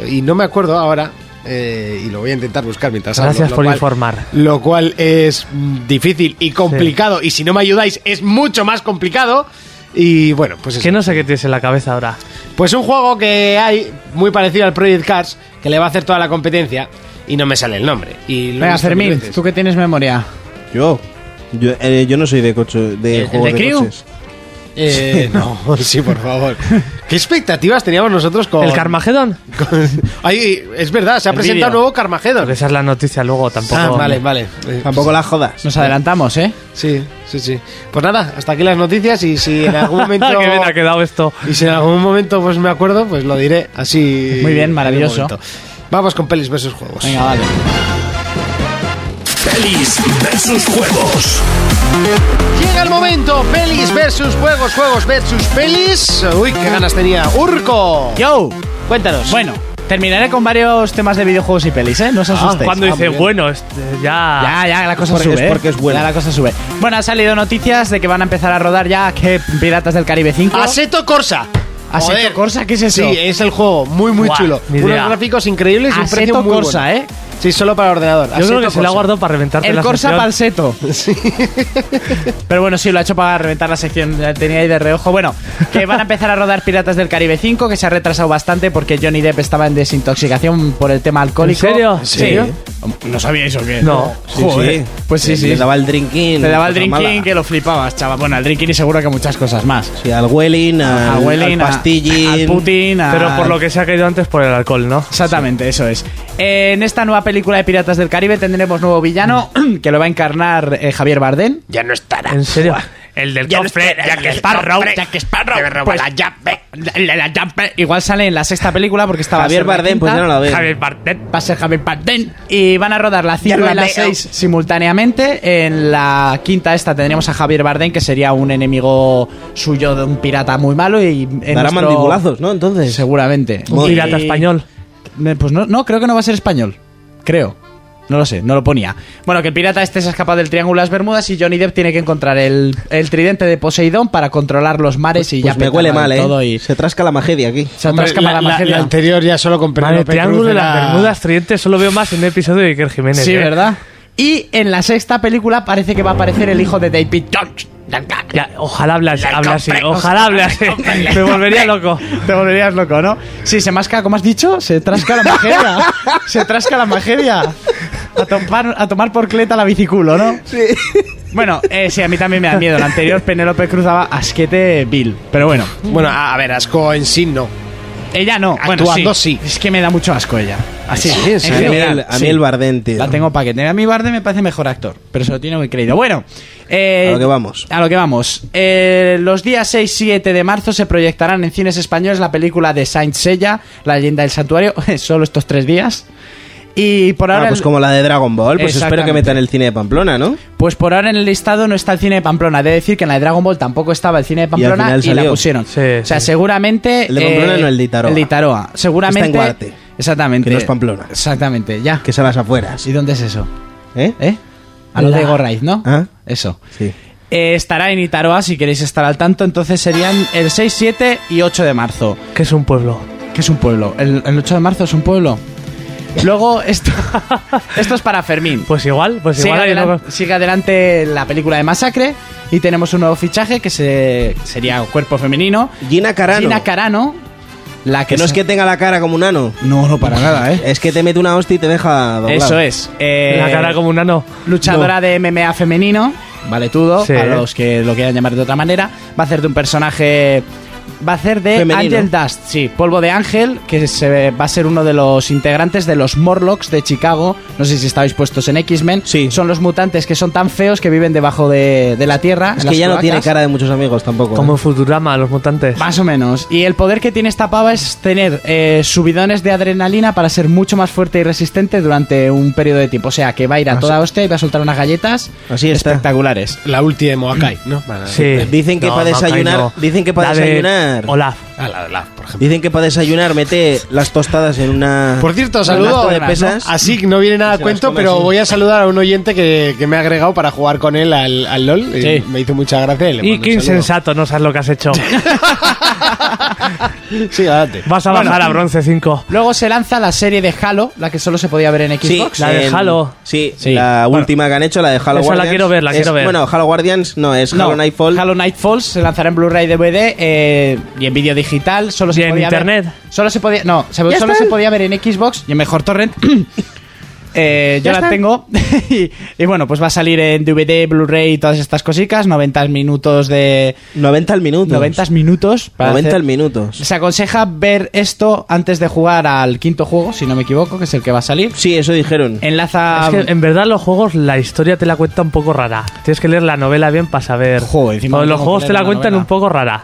y no me acuerdo ahora. eh, y lo voy a intentar buscar mientras hablo, Gracias lo por cual- informar. Lo cual es mm, difícil y complicado. Y si no me ayudáis, es mucho más complicado. Y bueno, pues Es eso. que no sé qué tienes en la cabeza ahora. Pues un juego que hay muy parecido al Project Cars, que le va a hacer toda la competencia. Y no me sale el nombre. Y lo he Venga, visto mil Fermín, veces. tú que tienes memoria. Yo. Yo, eh, yo no soy de coche, de ¿El- juegos el de Crew? coches. Eh, no, sí, por favor. ¿Qué expectativas teníamos nosotros con. ¿El Carmageddon? con- Ay, es verdad, se ha El presentado vídeo. nuevo Porque Carmageddon. esa es la noticia luego, tampoco. Ah, vale, vale. Eh, Tampoco las jodas. Nos adelantamos, ¿eh? Sí, sí, sí. Pues nada, hasta aquí las noticias y si en algún momento. Qué Ah, bien ha quedado esto. y si en algún momento pues me acuerdo, pues lo diré así. Muy bien, en un maravilloso. momento. Vamos con pelis versus juegos. Venga, vale. Pelis versus juegos. Llega el momento, pelis versus juegos, juegos versus pelis. Uy, qué ganas tenía. Urco. ¡Yo! Cuéntanos. Bueno, terminaré con varios temas de videojuegos y pelis, ¿eh? No os asustéis. Cuando Ah, dice, muy bien. bueno, este, ya. Ya, ya, la cosa Porque- sube. es ¿eh? porque es bueno. Ya la cosa sube. Bueno, han salido noticias de que van a empezar a rodar ya que Piratas del Caribe 5. Aseto Corsa. ¿Assetto Ah, Joder. Corsa? ¿Qué es eso? Sí, es el juego muy, muy Buah, chulo. ni Unos idea. gráficos increíbles y un Assetto precio muy Corsa, bueno. ¿eh? Sí, solo para ordenador. Yo creo Assetto que se la Corsa. guardo para reventarte El la Corsa sección. Palseto. Pero bueno, sí, lo ha hecho para reventar la sección. La tenía ahí de reojo. Bueno, que van a empezar a rodar Piratas del Caribe 5, que se ha retrasado bastante porque Johnny Depp estaba en desintoxicación por el tema alcohólico. ¿En serio? Sí. Sí. ¿No sabíais o qué? No. Sí, Joder. sí. Pues sí, Le- sí. Le daba el drinking. Te daba el cosa drinking mala. que lo flipabas, chaval. Bueno, al drinking y seguro que muchas cosas más. Sí, al Welling, al, a Welling, al a- Pastillin. al Putin, a- Pero por lo que se ha caído antes por el alcohol, ¿no? Exactamente, eso es. Eh, En esta nueva película de Piratas del Caribe tendremos nuevo villano que lo va a encarnar eh, Javier Bardem. Ya no estará. En serio. El del Ya no estará. Jack Sparrow, Jack Sparrow, Me roba pues- la llave. La- la- la- Igual sale en la sexta película porque estaba Javier Bardem, pues ya no la veo. Javier Bartet. Va a ser Javier Bardem. Y van a rodar la 5 Ya la y la veo. 6 simultáneamente. En la quinta esta tendríamos a Javier Bardem, que sería un enemigo suyo de un pirata muy malo. y en Dará nuestro- mandibulazos, ¿no? Entonces. Seguramente. Muy Un pirata Y- español. Me- Pues no, no, creo que no va a ser español. Creo. No lo sé, no lo ponía. Bueno, que el pirata este se escapa del Triángulo de las Bermudas y Johnny Depp tiene que encontrar el, el tridente de Poseidón para controlar los mares y Pues ya me petarla huele del mal, ¿eh? todo y Se trasca la magedia aquí. se Hombre, atasca la, para la la- magedia. la anterior ya solo con Vale, Penélope Triángulo Cruz de las era- Bermudas, Trientes, solo veo más en un episodio de Iker Jiménez. Sí, ¿eh? ¿verdad? Y en la sexta película parece que va a aparecer el hijo de David Jones. Ya, ojalá hablase, La hablase, compré. ojalá hablase. Me volvería loco. Te volverías loco, ¿no? Sí, se masca, como has dicho, se trasca la magedia. se trasca la magedia. A tomar, a tomar por cleta la biciculo, ¿no? Sí. Bueno, eh, sí, a mí también me da miedo. La anterior Penélope Cruz daba asquete Bill. Pero bueno, Bueno, a, a ver, asco en sí no. ella no. Bueno, Actuando, sí. Es que me da mucho asco ella. Así, Sí, en sí. A mí general, el, a mí sí. el Bardem, tío. La tengo paquete. A mí Barde me parece mejor actor, pero se lo tiene muy creído. Bueno, eh, A lo que vamos. A lo que vamos. Eh, los días 6 y 7 de marzo se proyectarán en cines españoles la película de Saint Seiya, La leyenda del santuario, solo estos tres días. Y por Ah, ahora. pues el- como la de Dragon Ball, pues espero Exactamente. que metan el cine de Pamplona, ¿no? pues por ahora en el listado no está el cine de Pamplona. De decir que en la de Dragon Ball tampoco estaba el cine de Pamplona final y, la salió. pusieron. Sí, o sea, sí. seguramente. El de Pamplona no, el de Itaroa. El de Itaroa. Seguramente. Está en Guarte, Exactamente. que no es Pamplona. Exactamente, ya. Que es a las afueras. ¿Y dónde es eso? ¿Eh? ¿Eh? A lo La- de Gorraiz, ¿no? Ah. Eso. Sí. Eh, estará en Itaroa si queréis estar al tanto. Entonces serían el 6, 7 y 8 de marzo. Que es un pueblo. Que es un pueblo. El, el 8 de marzo es un pueblo. Luego, esto, esto es para Fermín. Pues igual, pues sigue, igual hay adelan- algo- sigue adelante la película de Masacre y tenemos un nuevo fichaje que se, sería Cuerpo Femenino. Gina Carano. Gina Carano. La que, Que no es se- que tenga la cara como un ano. No, no, para nada, ¿eh? Es que te mete una hostia y te deja doblado. Eso es. Eh, la cara como un nano. luchadora de MMA femenino, vale todo, Sí. a los que lo quieran llamar de otra manera, va a hacer de un personaje va a hacer de Femenino. Angel Dust, sí, polvo de ángel, que se va a ser uno de los integrantes de los Morlocks de Chicago, no sé si estáis puestos en X-Men, Sí. son los mutantes que son tan feos que viven debajo de, de la tierra, Es en que las ya no cloacas. tiene cara de muchos amigos tampoco. Como ¿eh? en Futurama, los mutantes. Más o menos. Y el poder que tiene esta pava es tener eh, subidones de adrenalina para ser mucho más fuerte y resistente durante un periodo de tiempo. O sea, que va a ir a toda hostia y va a soltar unas galletas Así está. espectaculares. La última de Moakai, ¿no? Sí. Dicen que para Maokai desayunar- no. dicen que para La de desayunar. Olaf. Ah, la de la, por ejemplo. ¿eh? Dicen que para desayunar mete las tostadas en una. Por cierto, un saludo acto de ¿no? pesas. Así que no viene nada a Se las cuento, come pero así. voy a saludar a un oyente que, que me ha agregado para jugar con él al, al LOL. y Sí. me hizo mucha gracia. Y, le Y mando qué un saludo. insensato, no sabes lo que has hecho. Sí, adelante. Vas a bajar a bronce 5. Luego se lanza la serie de Halo, la que solo se podía ver en Xbox. la de en- Halo. Sí, Sí. la última que han hecho, la de Halo Esa la Guardians. quiero ver, la Es- quiero ver. Bueno, Halo Guardians no, es Halo No, Nightfall. Halo Nightfall se lanzará en Blu-ray, DVD eh, y en vídeo digital. Solo se ¿Y en podía ver- internet? solo se podía. No, se- solo se podía ver en Xbox y en mejor torrent. Eh, yo la tengo y, y bueno, pues va a salir en DVD, Blu-ray y todas estas cositas. 90 minutos de 90 al minuto. 90 minutos. para 90 hacer- al minutos. Se aconseja ver esto antes de jugar al quinto juego, si no me equivoco, que es el que va a salir. Sí, eso dijeron. Enlaza. es que eh, en verdad los juegos, la historia te la cuenta un poco rara. Tienes que leer la novela bien para saber. Ojo, encima Porque tengo los que juegos leer te la la cuentan novela. un poco rara.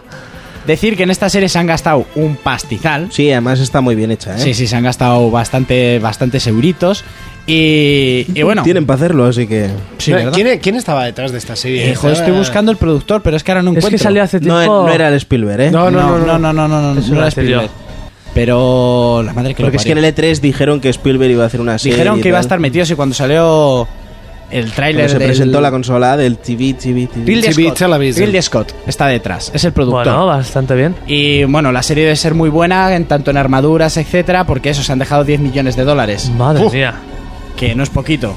Decir que en esta serie se han gastado un pastizal. Sí, además está muy bien hecha, ¿eh? Sí, sí, se han gastado bastante, bastantes euritos. Y, y bueno, Tienen para hacerlo, así que. sí, No, ¿verdad? ¿quién, quién estaba detrás de esta serie? Eh, joder, Estaba- estoy buscando el productor, pero es que ahora no Es encuentro. que salió hace tiempo. No, no era el Spielberg, ¿eh? No, No, no, no, no, no, no, no, Eso no lo era hace yo. Spielberg. Pero la madre que lo Porque es que parió. en el E3 dijeron que Spielberg iba a hacer una serie. dijeron y que iba a tal. estar metido y cuando salió el Cuando tráiler se del- presentó la consola del TV, TV, TV. Ridley TV Scott, Television. Ridley Scott está detrás, es el productor. Bueno, bastante bien. Y bueno, la serie debe ser muy buena, en tanto en armaduras, etcétera, porque eso se han dejado 10 millones de dólares. Madre Uf. mía. que no es poquito.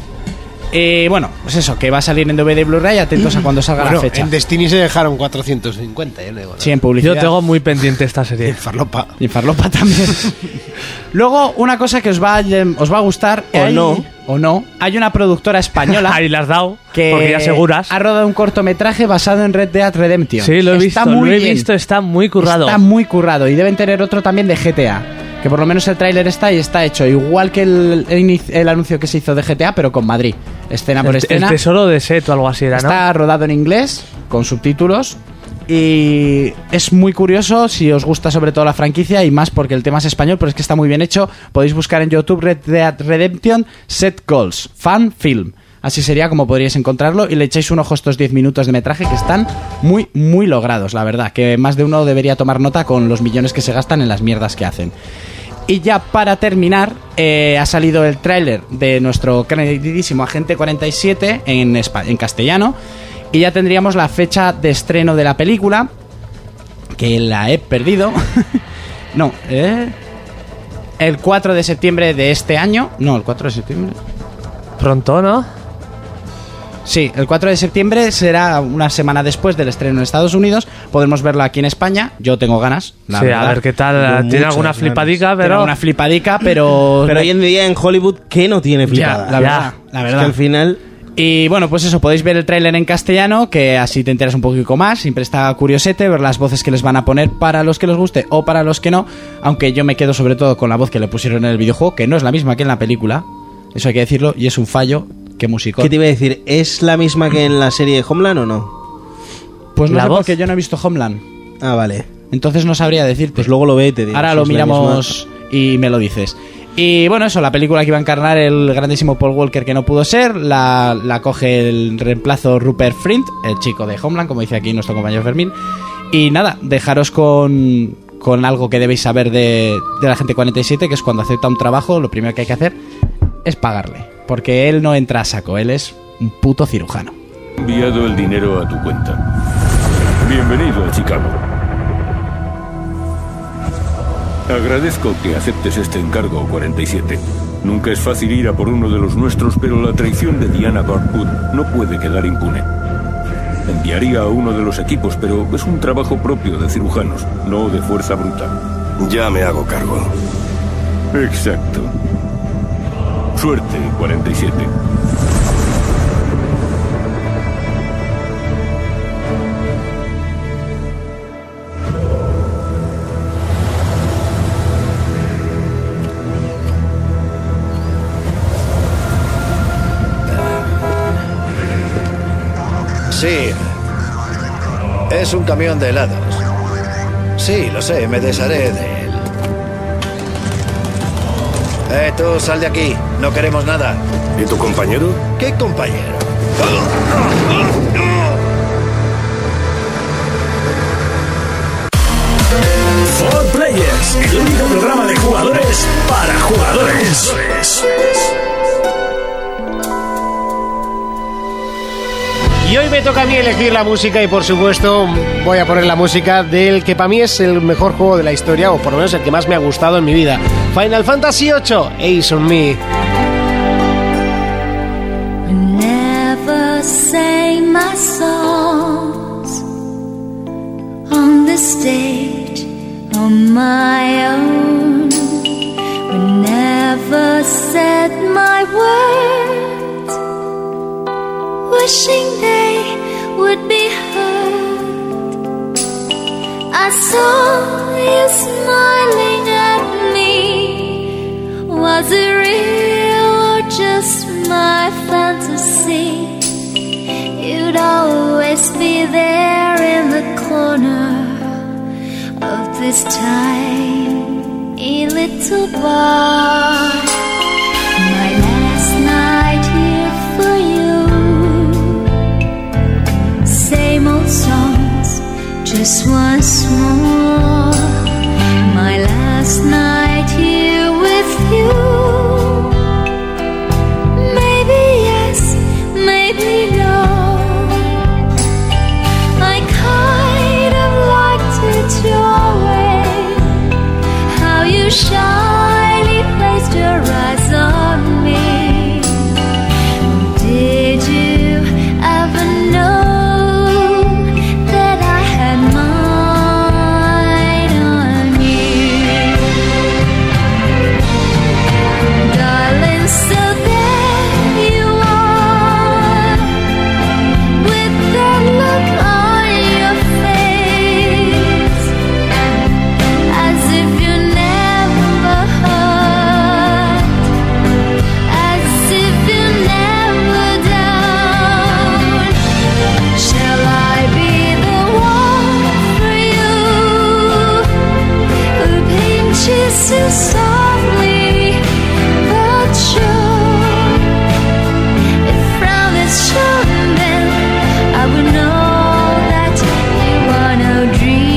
Eh, bueno, pues eso, que va a salir en DVD Blu-ray, atentos a cuando salga Bueno, la fecha. en Destiny se dejaron 450, yo le digo. ¿no? Sí, en publicidad. Yo tengo muy pendiente Y esta en serie. Farlopa. Y en Farlopa también. Luego, una cosa que os va a, eh, os va a gustar. O no. O no. Hay una productora española Ahí las has dado. que Porque ya seguras. ha rodado un cortometraje basado en Red Dead Redemption. Sí, lo he Está visto. muy lo he bien. visto, está muy currado. Está muy currado. Y deben tener otro también de GTA. Que por lo menos el tráiler está y está hecho. Igual que el, el ini- el anuncio que se hizo de GTA, pero con Madrid. Escena por el, el escena. tesoro de Set o algo así era, ¿no? Está rodado en inglés, con subtítulos. Y es muy curioso si os gusta sobre todo la franquicia y más porque el tema es español, pero es que está muy bien hecho. Podéis buscar en YouTube Red Dead Redemption Set Goals, Fan Film. Así sería como podríais encontrarlo y le echáis un ojo a estos 10 minutos de metraje que están muy, muy logrados, la verdad. Que más de uno debería tomar nota con los millones que se gastan en las mierdas que hacen. Y ya para terminar, eh, ha salido el tráiler de nuestro queridísimo Agente 47 en, espa- en castellano. Y ya tendríamos la fecha de estreno de la película, que la he perdido. no, eh, el 4 de septiembre de este año. No, el 4 de septiembre. Pronto, ¿no? Sí, el 4 de septiembre será una semana después del estreno en Estados Unidos. Podremos verlo aquí en España. Yo tengo ganas. La sí, verdad. a ver qué Tengo tal. Tiene muchas alguna ganas. flipadica, Pero pero. una flipadica, pero... Pero hoy en día en Hollywood, ¿qué no tiene Ya, flipada? la verdad, la Es que verdad. al final. Y bueno, pues eso, podéis ver el tráiler en castellano, que así te enteras un poquito más. Siempre está curiosete ver las voces que les van a poner para los que les guste o para los que no. Aunque yo me quedo sobre todo con la voz que le pusieron en el videojuego, que no es la misma que en la película. Eso hay que decirlo, y es un fallo. que musicó? ¿Qué te iba a decir? ¿Es la misma que en la serie de Homeland o no? Pues no ¿La sé voz? porque yo no he visto Homeland. Ah, vale. Entonces no sabría decirte. Pues luego lo veo y te digo. Ahora si lo es la misma. miramos y me lo dices. Y bueno, eso, la película que iba a encarnar el grandísimo Paul Walker que no pudo ser, la, la coge el reemplazo Rupert Friend, el chico de Homeland, como dice aquí nuestro compañero Fermín. Y nada, dejaros con, con algo que debéis saber de, de la gente 47, que es cuando acepta un trabajo, lo primero que hay que hacer es pagarle. Porque él no entra a saco, él es un puto cirujano. enviado el dinero a tu cuenta. Bienvenido a Chicago. Agradezco que aceptes este encargo, 47. Nunca es fácil ir a por uno de los nuestros, pero la traición de Diana Barkwood no puede quedar impune. Enviaría a uno de los equipos, pero es un trabajo propio de cirujanos, no de fuerza bruta. Ya me hago cargo. Exacto. Suerte, 47. Sí. Es un camión de helados. Sí, lo sé, me desharé de él. Eh, tú, sal de aquí. No queremos nada. ¿Y tu compañero? ¿Qué compañero? For Players, el único programa de jugadores para jugadores. Y hoy me toca a mí elegir la música y por supuesto voy a poner la música del que para mí es el mejor juego de la historia o por lo menos el que más me ha gustado en mi vida. Final Fantasy VIII, Ace on Me. Never say my songs on the stage on my own. Never said my words, wishing they would be heard. I saw you smiling at me. Was it real or just my fantasy? You'd always be there in the corner of this tiny little bar. My last night here for you. Same old songs, just once more my last night here with you. Maybe yes, maybe no. I kind of liked it your way. How you shyly placed your eyes on me. Did you ever know that I had mine on you? Darling, so there you are with that look on your face as if you never heard as if you never down. Shall I be the one for you who pinches you softly but sure? If from this showman I would know that you are no dreamer.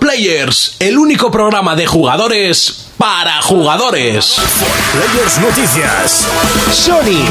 Players, el único programa de jugadores para jugadores. Players Noticias. Sony.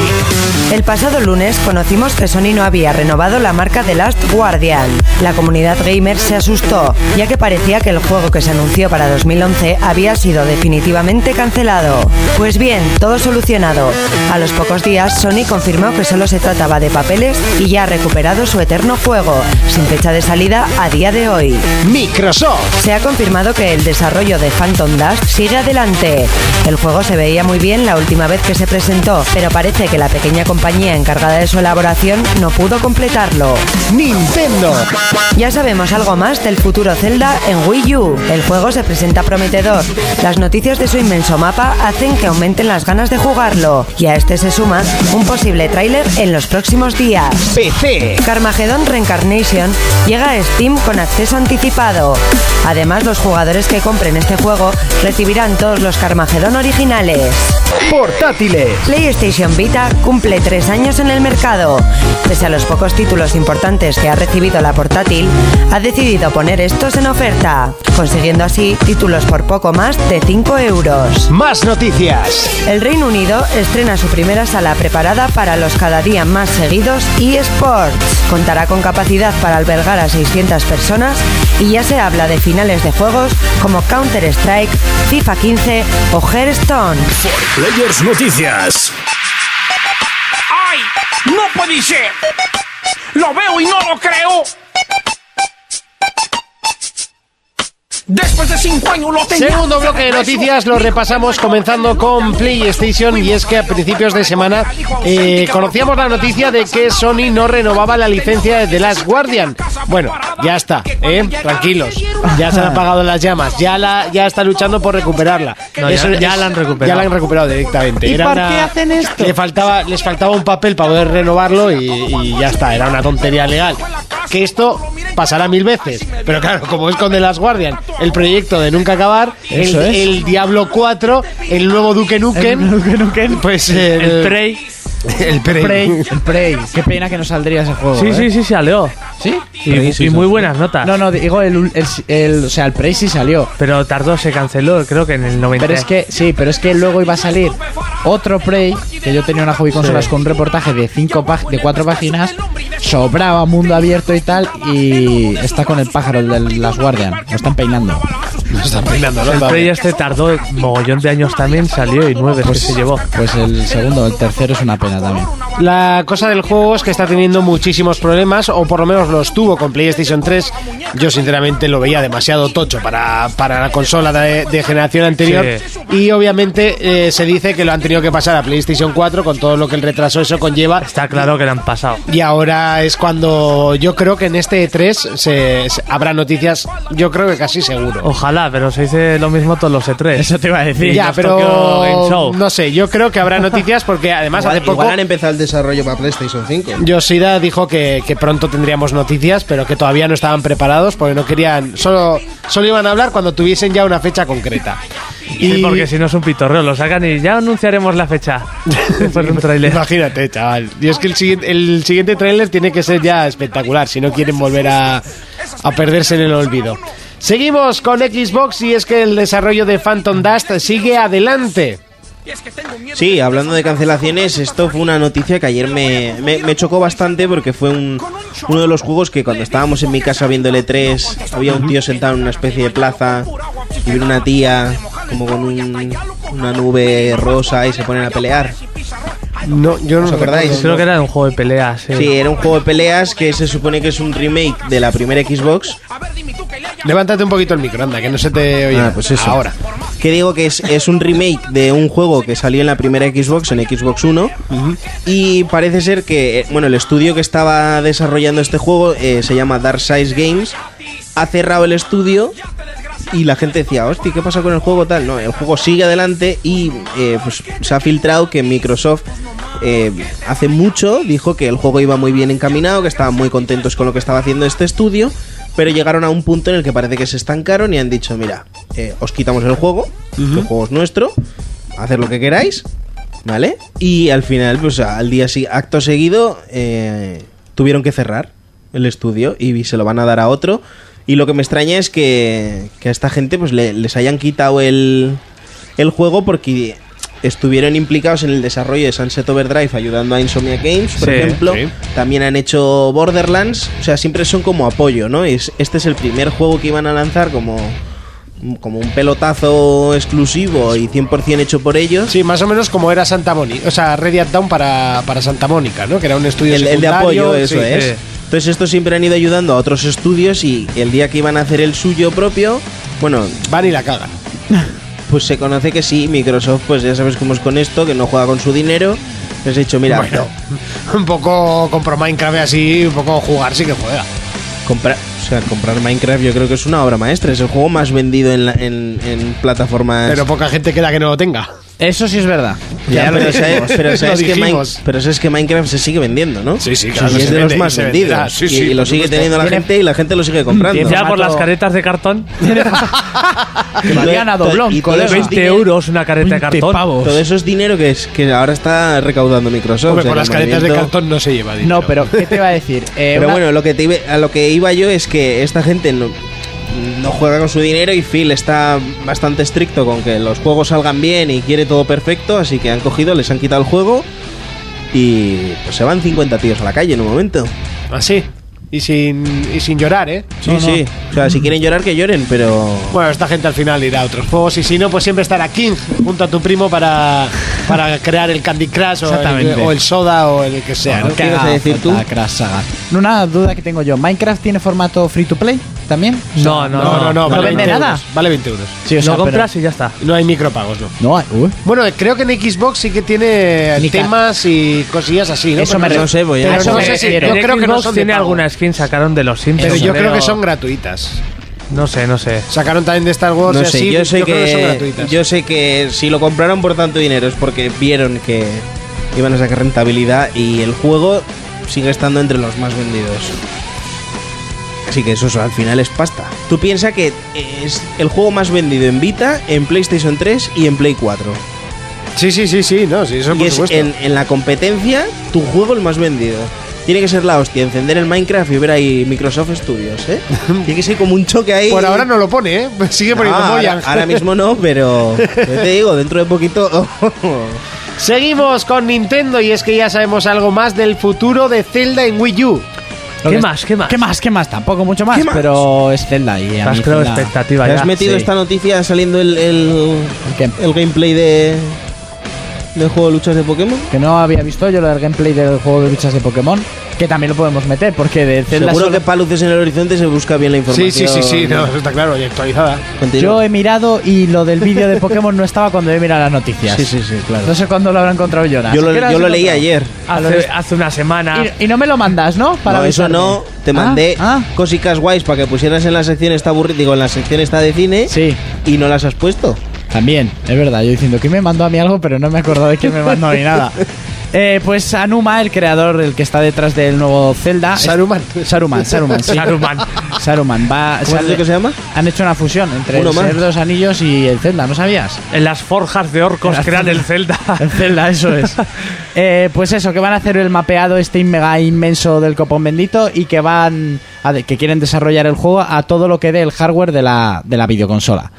El pasado lunes conocimos que Sony no había renovado la marca The Last Guardian. La comunidad gamer se asustó, ya que parecía que el juego que se anunció para 2011 había sido definitivamente cancelado. Pues bien, todo solucionado. A los pocos días, Sony confirmó que solo se trataba de papeles y ya ha recuperado su eterno juego, sin fecha de salida a día de hoy. Microsoft. Se ha confirmado que el desarrollo de Phantom Dust sigue adelante. El juego se veía muy bien la última vez que se presentó, pero parece que la pequeña compañía encargada de su elaboración no pudo completarlo. Nintendo. Ya sabemos algo más del futuro Zelda en Wii U. El juego se presenta prometedor. Las noticias de su inmenso mapa hacen que aumenten las ganas de jugarlo. Y a este se suma un posible tráiler en los próximos días. PC. Carmageddon Reincarnation llega a Steam con acceso anticipado. Además, los jugadores que compren este juego recibirán todos los Carmageddon originales. Portátiles. PlayStation Vita cumple tres años en el mercado. Pese a los pocos títulos importantes que ha recibido la portátil, ha decidido poner estos en oferta, consiguiendo así títulos por poco más de 5 euros. Más noticias. El Reino Unido estrena su primera sala preparada para los cada día más seguidos eSports. Contará con capacidad para albergar a 600 personas y ya se habla de finales de juegos como Counter-Strike, FIFA 15 o Hearthstone. Players Noticias. ¡Ay! ¡No puede ser! ¡Lo veo y no lo creo! Después de cinco años lo Este tengo. Segundo bloque de noticias lo repasamos comenzando con PlayStation y es que a principios de semana eh, conocíamos la noticia de que Sony no renovaba la licencia de The Last Guardian. Bueno, ya está, ¿eh? tranquilos, ya se han apagado las llamas, ya la ya está luchando por recuperarla. No, ya- ya la han recuperado. Ya la han recuperado directamente. ¿Y por una- qué hacen esto? Le faltaba, les faltaba un papel para poder renovarlo y, y ya está, era una tontería legal. Que esto pasará mil veces, pero claro, como es con The Last Guardian, el proyecto de nunca acabar, el, Eso es. el Diablo 4, el nuevo Duque Nukem, pues eh, El Prey. el Prey. El Prey. Qué pena que no saldría ese juego. Sí, ¿eh? sí, sí, sí, Aleo. ¿Sí? Y, y muy buenas notas. No, no, digo, el, ul- el, el- o sea, el Prey sí salió. Pero tardó, se canceló, creo que en el 90. Pero es que, sí, pero es que luego iba a salir otro Prey, que yo tenía una hobby consolas con un reportaje de cinco pag- de cuatro páginas, sobraba mundo abierto y tal, y está con el pájaro el de las Guardian, lo están peinando. el Prey este tardó mogollón de años también, salió y nueve que se llevó. Pues el segundo, el tercero es una pena también. La cosa del juego es que está teniendo muchísimos problemas, o por lo menos los tuvo con PlayStation 3. Yo sinceramente lo veía demasiado tocho para, para la consola de, de generación anterior. Sí. Y obviamente eh, se dice que lo han tenido que pasar a PlayStation 4 con todo lo que el retraso eso conlleva. Está claro que lo han pasado. Y ahora es cuando yo creo que en este E3 se, se- habrá noticias, yo creo que casi seguro. Ojalá, pero se dice lo mismo todos los E3. te iba a decir. ya, los Tokyo Game pero Show. no sé, yo creo que habrá noticias porque además Igual, hace poco... igual han empezado el desarrollo para PlayStation 5. Yoshida dijo que, que pronto tendríamos noticias, pero que todavía no estaban preparados porque no querían, solo, solo iban a hablar cuando tuviesen ya una fecha concreta. Sí, porque si no es un pitorreo, lo sacan y ya anunciaremos la fecha. Después de un tráiler. Imagínate, chaval. Y es que el siguiente, el siguiente tráiler tiene que ser ya espectacular, si no quieren volver a, a perderse en el olvido. Seguimos con Xbox y es que el desarrollo de Phantom Dust sigue adelante. Sí, hablando de cancelaciones, esto fue una noticia que ayer me, me- me chocó bastante porque fue un- uno de los juegos que cuando estábamos en mi casa viendo el E3, había un tío sentado en una especie de plaza y vino una tía como con un- una nube rosa y se ponen a pelear. No, yo no ¿Os acordáis? Creo que era un juego de peleas. Sí. Sí, era un juego de peleas que se supone que es un remake de la primera Xbox. Levántate un poquito el micro, anda, que no se te oye. Ah, pues eso. Ahora. Que digo que es, es un remake de un juego que salió en la primera Xbox, en Xbox 1. Y parece ser que, eh, bueno, el estudio que estaba desarrollando este juego eh, se llama Dark Size Games. Ha cerrado el estudio y la gente decía, hostia, ¿qué pasa con el juego tal? No, el juego sigue adelante y eh, pues, se ha filtrado que Microsoft eh, hace mucho dijo que el juego iba muy bien encaminado, que estaban muy contentos con lo que estaba haciendo este estudio, pero llegaron a un punto en el que parece que se estancaron y han dicho, mira, eh, os quitamos el juego, el juego es nuestro, haced lo que queráis, ¿vale? Y al final, pues al día si- acto seguido, eh, tuvieron que cerrar el estudio y se lo van a dar a otro. Y lo que me extraña es que, que a esta gente pues le- les hayan quitado el, el juego porque estuvieron implicados en el desarrollo de Sunset Overdrive ayudando a Insomnia Games, por Sí. ejemplo. Sí. También han hecho Borderlands. O sea, siempre son como apoyo, ¿no? Es, este es el primer juego que iban a lanzar como, como un pelotazo exclusivo y 100% hecho por ellos. Sí, más o menos como era Santa Mónica, o sea, Red Dead Down para, para Santa Mónica, ¿no? Que era un estudio el, el de secundario, apoyo, eso sí. es. Entonces estos siempre han ido ayudando a otros estudios y el día que iban a hacer el suyo propio, bueno, Van y la cagan. pues se conoce que sí, Microsoft, pues ya sabes cómo es con esto, que no juega con su dinero. Les he dicho, mira, Bueno. Un poco compro Minecraft así, un poco jugar sí que juega. comprar, o sea, comprar Minecraft yo creo que es una obra maestra, es el juego más vendido en, la- en- en plataformas... Pero poca gente queda que no lo tenga. Eso sí es verdad. Ya, ya lo pero, sabes, dijimos, pero lo sabes que Min- dijimos. pero sabes que Minecraft se sigue vendiendo, ¿no? Sí, sí, O sea, claro, y es se de los vende y más se venderá, vendidos. sí, y, sí, por y lo sigue supuesto. teniendo la Tiene- gente y la gente lo sigue comprando. Tiene- Ya por las Formato- caretas de cartón. Mariana to- Doblón, y todo eso colega. es 20 dinero- euros una careta de 20 cartón. pavos. Todo eso es dinero que, es, que ahora está recaudando Microsoft. Hombre, o sea, por que las el caretas de movimiento- cartón no se lleva dinero. No, pero ¿qué te iba a decir? Eh, Pero una- bueno, lo que te iba- a lo que iba yo es que esta gente no, no juega con su dinero y Phil está bastante estricto con que los juegos salgan bien y quiere todo perfecto, así que han cogido, les han quitado el juego y pues se van 50 tíos a la calle en un momento. Así. Y sin, y sin llorar, ¿eh? Sí, sí. O sea, si quieren llorar, que lloren, pero... Bueno, esta gente al final irá a otros juegos y si no, pues siempre estará King junto a tu primo para, para crear el Candy Crush o el, Exactamente. o el Soda o el que sea. ¿no? Bueno, ¿Qué ibas a haga decir falta, tú? Crash Saga. Una duda que tengo yo. ¿Minecraft tiene formato free to play también? O sea, No, no, No, no, no, ¿No vale vende 20 nada? euros, Vale 20 euros. Sí, o sea, lo pero- compras y ya está. No hay micropagos, no. No, hay- uy. Bueno, creo que en Xbox sí que tiene Ni ca- temas y cosillas así, ¿no? Eso Pero me no re- sé. voy Pero a... eso me no sé si- refiero. yo En creo que no Xbox son de tiene pago. alguna skin sacaron de los Sims. Pero yo creo que son gratuitas. No sé, no sé. Sacaron también de Star Wars No y así, sé, yo sé creo que son que, gratuitas. yo sé que si lo compraron por tanto dinero es porque vieron que iban a sacar rentabilidad y el juego sigue estando entre los más vendidos. Así que eso, es- al final es pasta. Tú piensas que es el juego más vendido en Vita, en PlayStation 3 y en Play 4. Sí, sí, sí, sí, no, sí, eso y Ah, por es supuesto. en, en la competencia tu juego el más vendido. Tiene que ser la hostia, encender el Minecraft y ver ahí Microsoft Studios, ¿eh? Tiene que ser como un choque ahí. Por ahora no lo pone, ¿eh? Sigue No, poniendo Ah, ahora, Mojang. ahora mismo no, pero yo te digo, dentro de poquito. oh, Seguimos con Nintendo y es que ya sabemos algo más del futuro de Zelda en Wii U. Lo ¿Qué que- más? ¿Qué más? ¿Qué más? ¿Qué más? Tampoco mucho más, ¿Qué más? pero es Zelda y a Has mí creado Zelda- expectativa ¿Te ya. has metido sí. esta noticia saliendo el, el, ¿Qué? el gameplay de. del juego de luchas de Pokémon? Que no había visto yo lo del gameplay del juego de luchas de Pokémon, que también lo podemos meter, porque de Zelda Seguro solo- que para luces en el horizonte se busca bien la Sí, información. sí, sí, sí, no, eso está claro, y actualizada. yo eh, Continúa. he mirado y lo del vídeo de Pokémon no estaba cuando he mirado las noticias. Sí, sí, sí, claro. No sé cuándo lo habrá encontrado Jonas. Yo ¿Qué lo, has yo lo leí encontrado? ayer. Ah, lo Hace, leíste. hace una semana. Y, y no me lo mandas, ¿no? Para no, eso avisarme. no. Te Ah, mandé ah. cositas guays para que pusieras en la sección esta aburrida. Digo, en la sección esta de cine. Sí, Y no las has puesto. también, es verdad. Yo diciendo que me mandó a mí algo, pero no me he acordado de quién me mandó ni nada. Eh, pues Anuma, el creador, el que está detrás del nuevo Zelda. Saruman. Saruman, Saruman, sí. Saruman. Saruman va. ¿Cómo es sale- lo que se llama? Han hecho una fusión entre Uno el más. Señor de los Anillos y el Zelda, ¿no sabías? En las forjas de orcos crean el Zelda. El Zelda, eso es. Eh, pues eso, que van a hacer el mapeado este mega inmenso del copón bendito y que van a de- que quieren desarrollar el juego a todo lo que dé el hardware de la, de la videoconsola.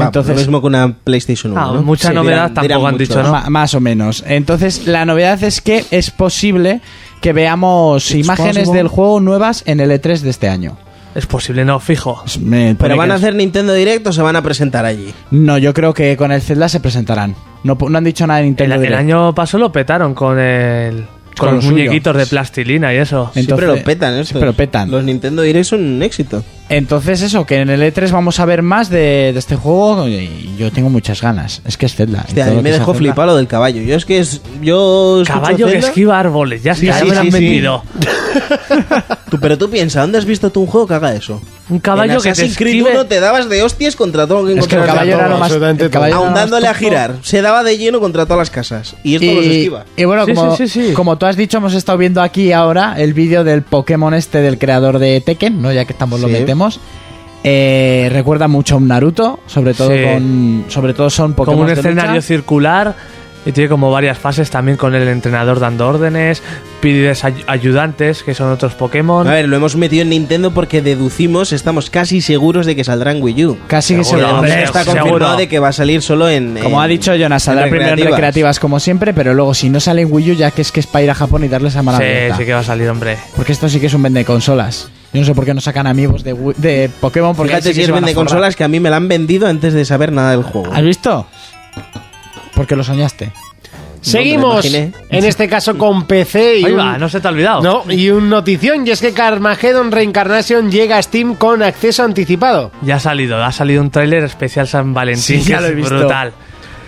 Va, lo mismo que una PlayStation 1. Ah, ¿no? mucha novedad tampoco han dicho, ¿no? Ma- más o menos. Entonces, la novedad es que es posible que veamos imágenes possible. del juego nuevas en el E3 de este año. Es posible, no, fijo. Es- me pone Pero van que a es- hacer Nintendo Direct o se van a presentar allí. No, yo creo que con el Zelda se presentarán. No, pu- no han dicho nada de El, Nintendo el Direct. año pasado lo petaron con el. Con, Con los lo suyo. muñequitos de plastilina y eso. Siempre Entonces- lo petan, estos. siempre lo petan. Los Nintendo Direct son un éxito. Entonces eso, que en el E3 vamos a ver más de, de este juego y yo tengo muchas ganas. Es que es Zelda. y Hostia, a todo mí lo me que sea dejó Zelda- flipado lo del caballo. Yo es que es. Yo. escucho Caballo que Zelda. esquiva árboles, ya, Sí, ya sí, me lo sí, sí. han metido. Tú- pero tú piensas, ¿dónde has visto tú un juego que haga eso? Un caballo en que te Assassin's Creed esquive- 1 te dabas de hostias contra todo lo que Es que el encontrabas. caballo era lo más... absolutamente el caballo era lo más Ahondándole a tonto. girar. Se daba de lleno contra todas las casas. Y esto los Y, esquiva. y bueno, Sí, como, sí, sí, sí. como tú has dicho, hemos estado viendo aquí ahora el vídeo del Pokémon este del creador de Tekken, ¿no? Ya que estamos lo Sí. metemos. Eh, recuerda mucho a un Naruto, sobre todo Sí. con. Sobre todo son Pokémon. Como un de lucha. escenario circular Y tiene como varias fases también con el entrenador dando órdenes, pides ay- ayudantes, que son otros Pokémon. A Eh, ver, lo hemos metido en Nintendo porque deducimos, estamos casi seguros de que saldrá en Wii U. Casi que Seguro, se lo- hombre, Además, está seguro. confirmado de que va a salir solo en. Como en- ha dicho Jonas, saldrá en primero en recreativas. recreativas como siempre, pero luego si no sale en Wii U, ya que es que es para ir a Japón y darles a mala sí, sí que va a salir, hombre. Porque esto sí que es un vende consolas. Yo no sé por qué no sacan amigos de, Wii- de Pokémon porque ahí sí Fíjate que si se van sirven a de forrar. consolas que a mí me la han vendido antes de saber nada del juego. ¿Has visto? Porque lo soñaste. Seguimos, imaginé. en este caso con PC y Ahí un- va, no se te ha olvidado. No, y un notición, y es que Carmageddon Reincarnation llega a Steam con acceso anticipado. Ya ha salido, ha salido un tráiler especial San Valentín. Sí, que ya lo he es visto. Brutal.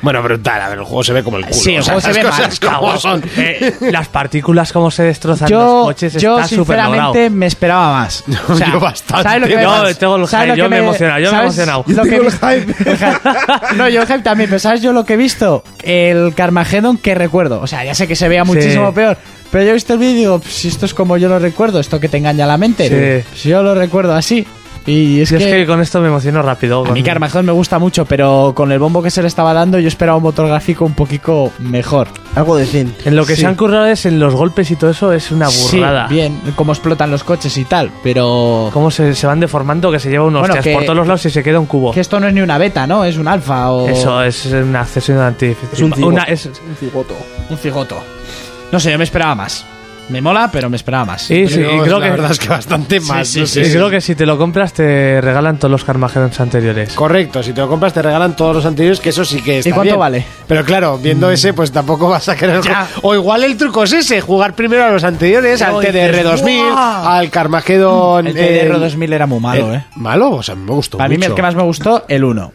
Bueno, brutal. A ver, el juego se ve como el culo. Sí, el o sea, juego se las ve mal, cosas como son. Eh, las partículas, cómo se destrozan los Yo, coches, yo está súper logrado. sinceramente me esperaba más. O sea, yo bastante. ¿sabes lo que Yo me- tengo el ¿sabes hype, lo yo que me he emocionado, yo me he ¿sabes emocionado. lo que he visto? El hype- no, yo el hype también, pero ¿sabes yo lo que he visto? El Carmageddon que recuerdo. O sea, ya sé que se vea muchísimo peor, pero yo he visto el vídeo y digo, "Pff, si esto es como yo lo recuerdo, esto que te engaña la mente. Sí. Si yo lo recuerdo así. Y es Yo que, es que con esto me emociono rápido. a mí con- Carmageddon me gusta mucho, pero con el bombo que se le estaba dando yo esperaba un motor gráfico un poquito mejor. Algo decente. En lo que Sí. se han currado es en los golpes y todo eso, es una Sí, burrada. bien, cómo explotan los coches y tal, pero... Cómo se, se van deformando, que se lleva unos Bueno, hostias que- por todos los lados y se queda un cubo. Que esto no es ni una beta, ¿no? Es un alfa o... Eso es un acceso antificial. Es un cibo. Una- es- Un cigoto. No sé, yo me esperaba más. Me mola, pero me esperaba más. Sí, sí, y creo la verdad que. es que bastante más. sí, sí, creo que si te lo compras te regalan todos los Carmageddons anteriores. Correcto, si te lo compras te regalan todos los anteriores, que eso sí que está ¿Y cuánto bien. vale? Pero claro, Mm. viendo ese, pues tampoco vas a querer... Ya. ju- O igual el truco es ese, jugar primero a los anteriores, Pero al TDR dices, 2000, ¡guau! al Carmageddon... El TDR eh, 2000 era muy malo, ¿eh? Malo, o sea, me gustó Para mí mucho. el que más me gustó, el 1.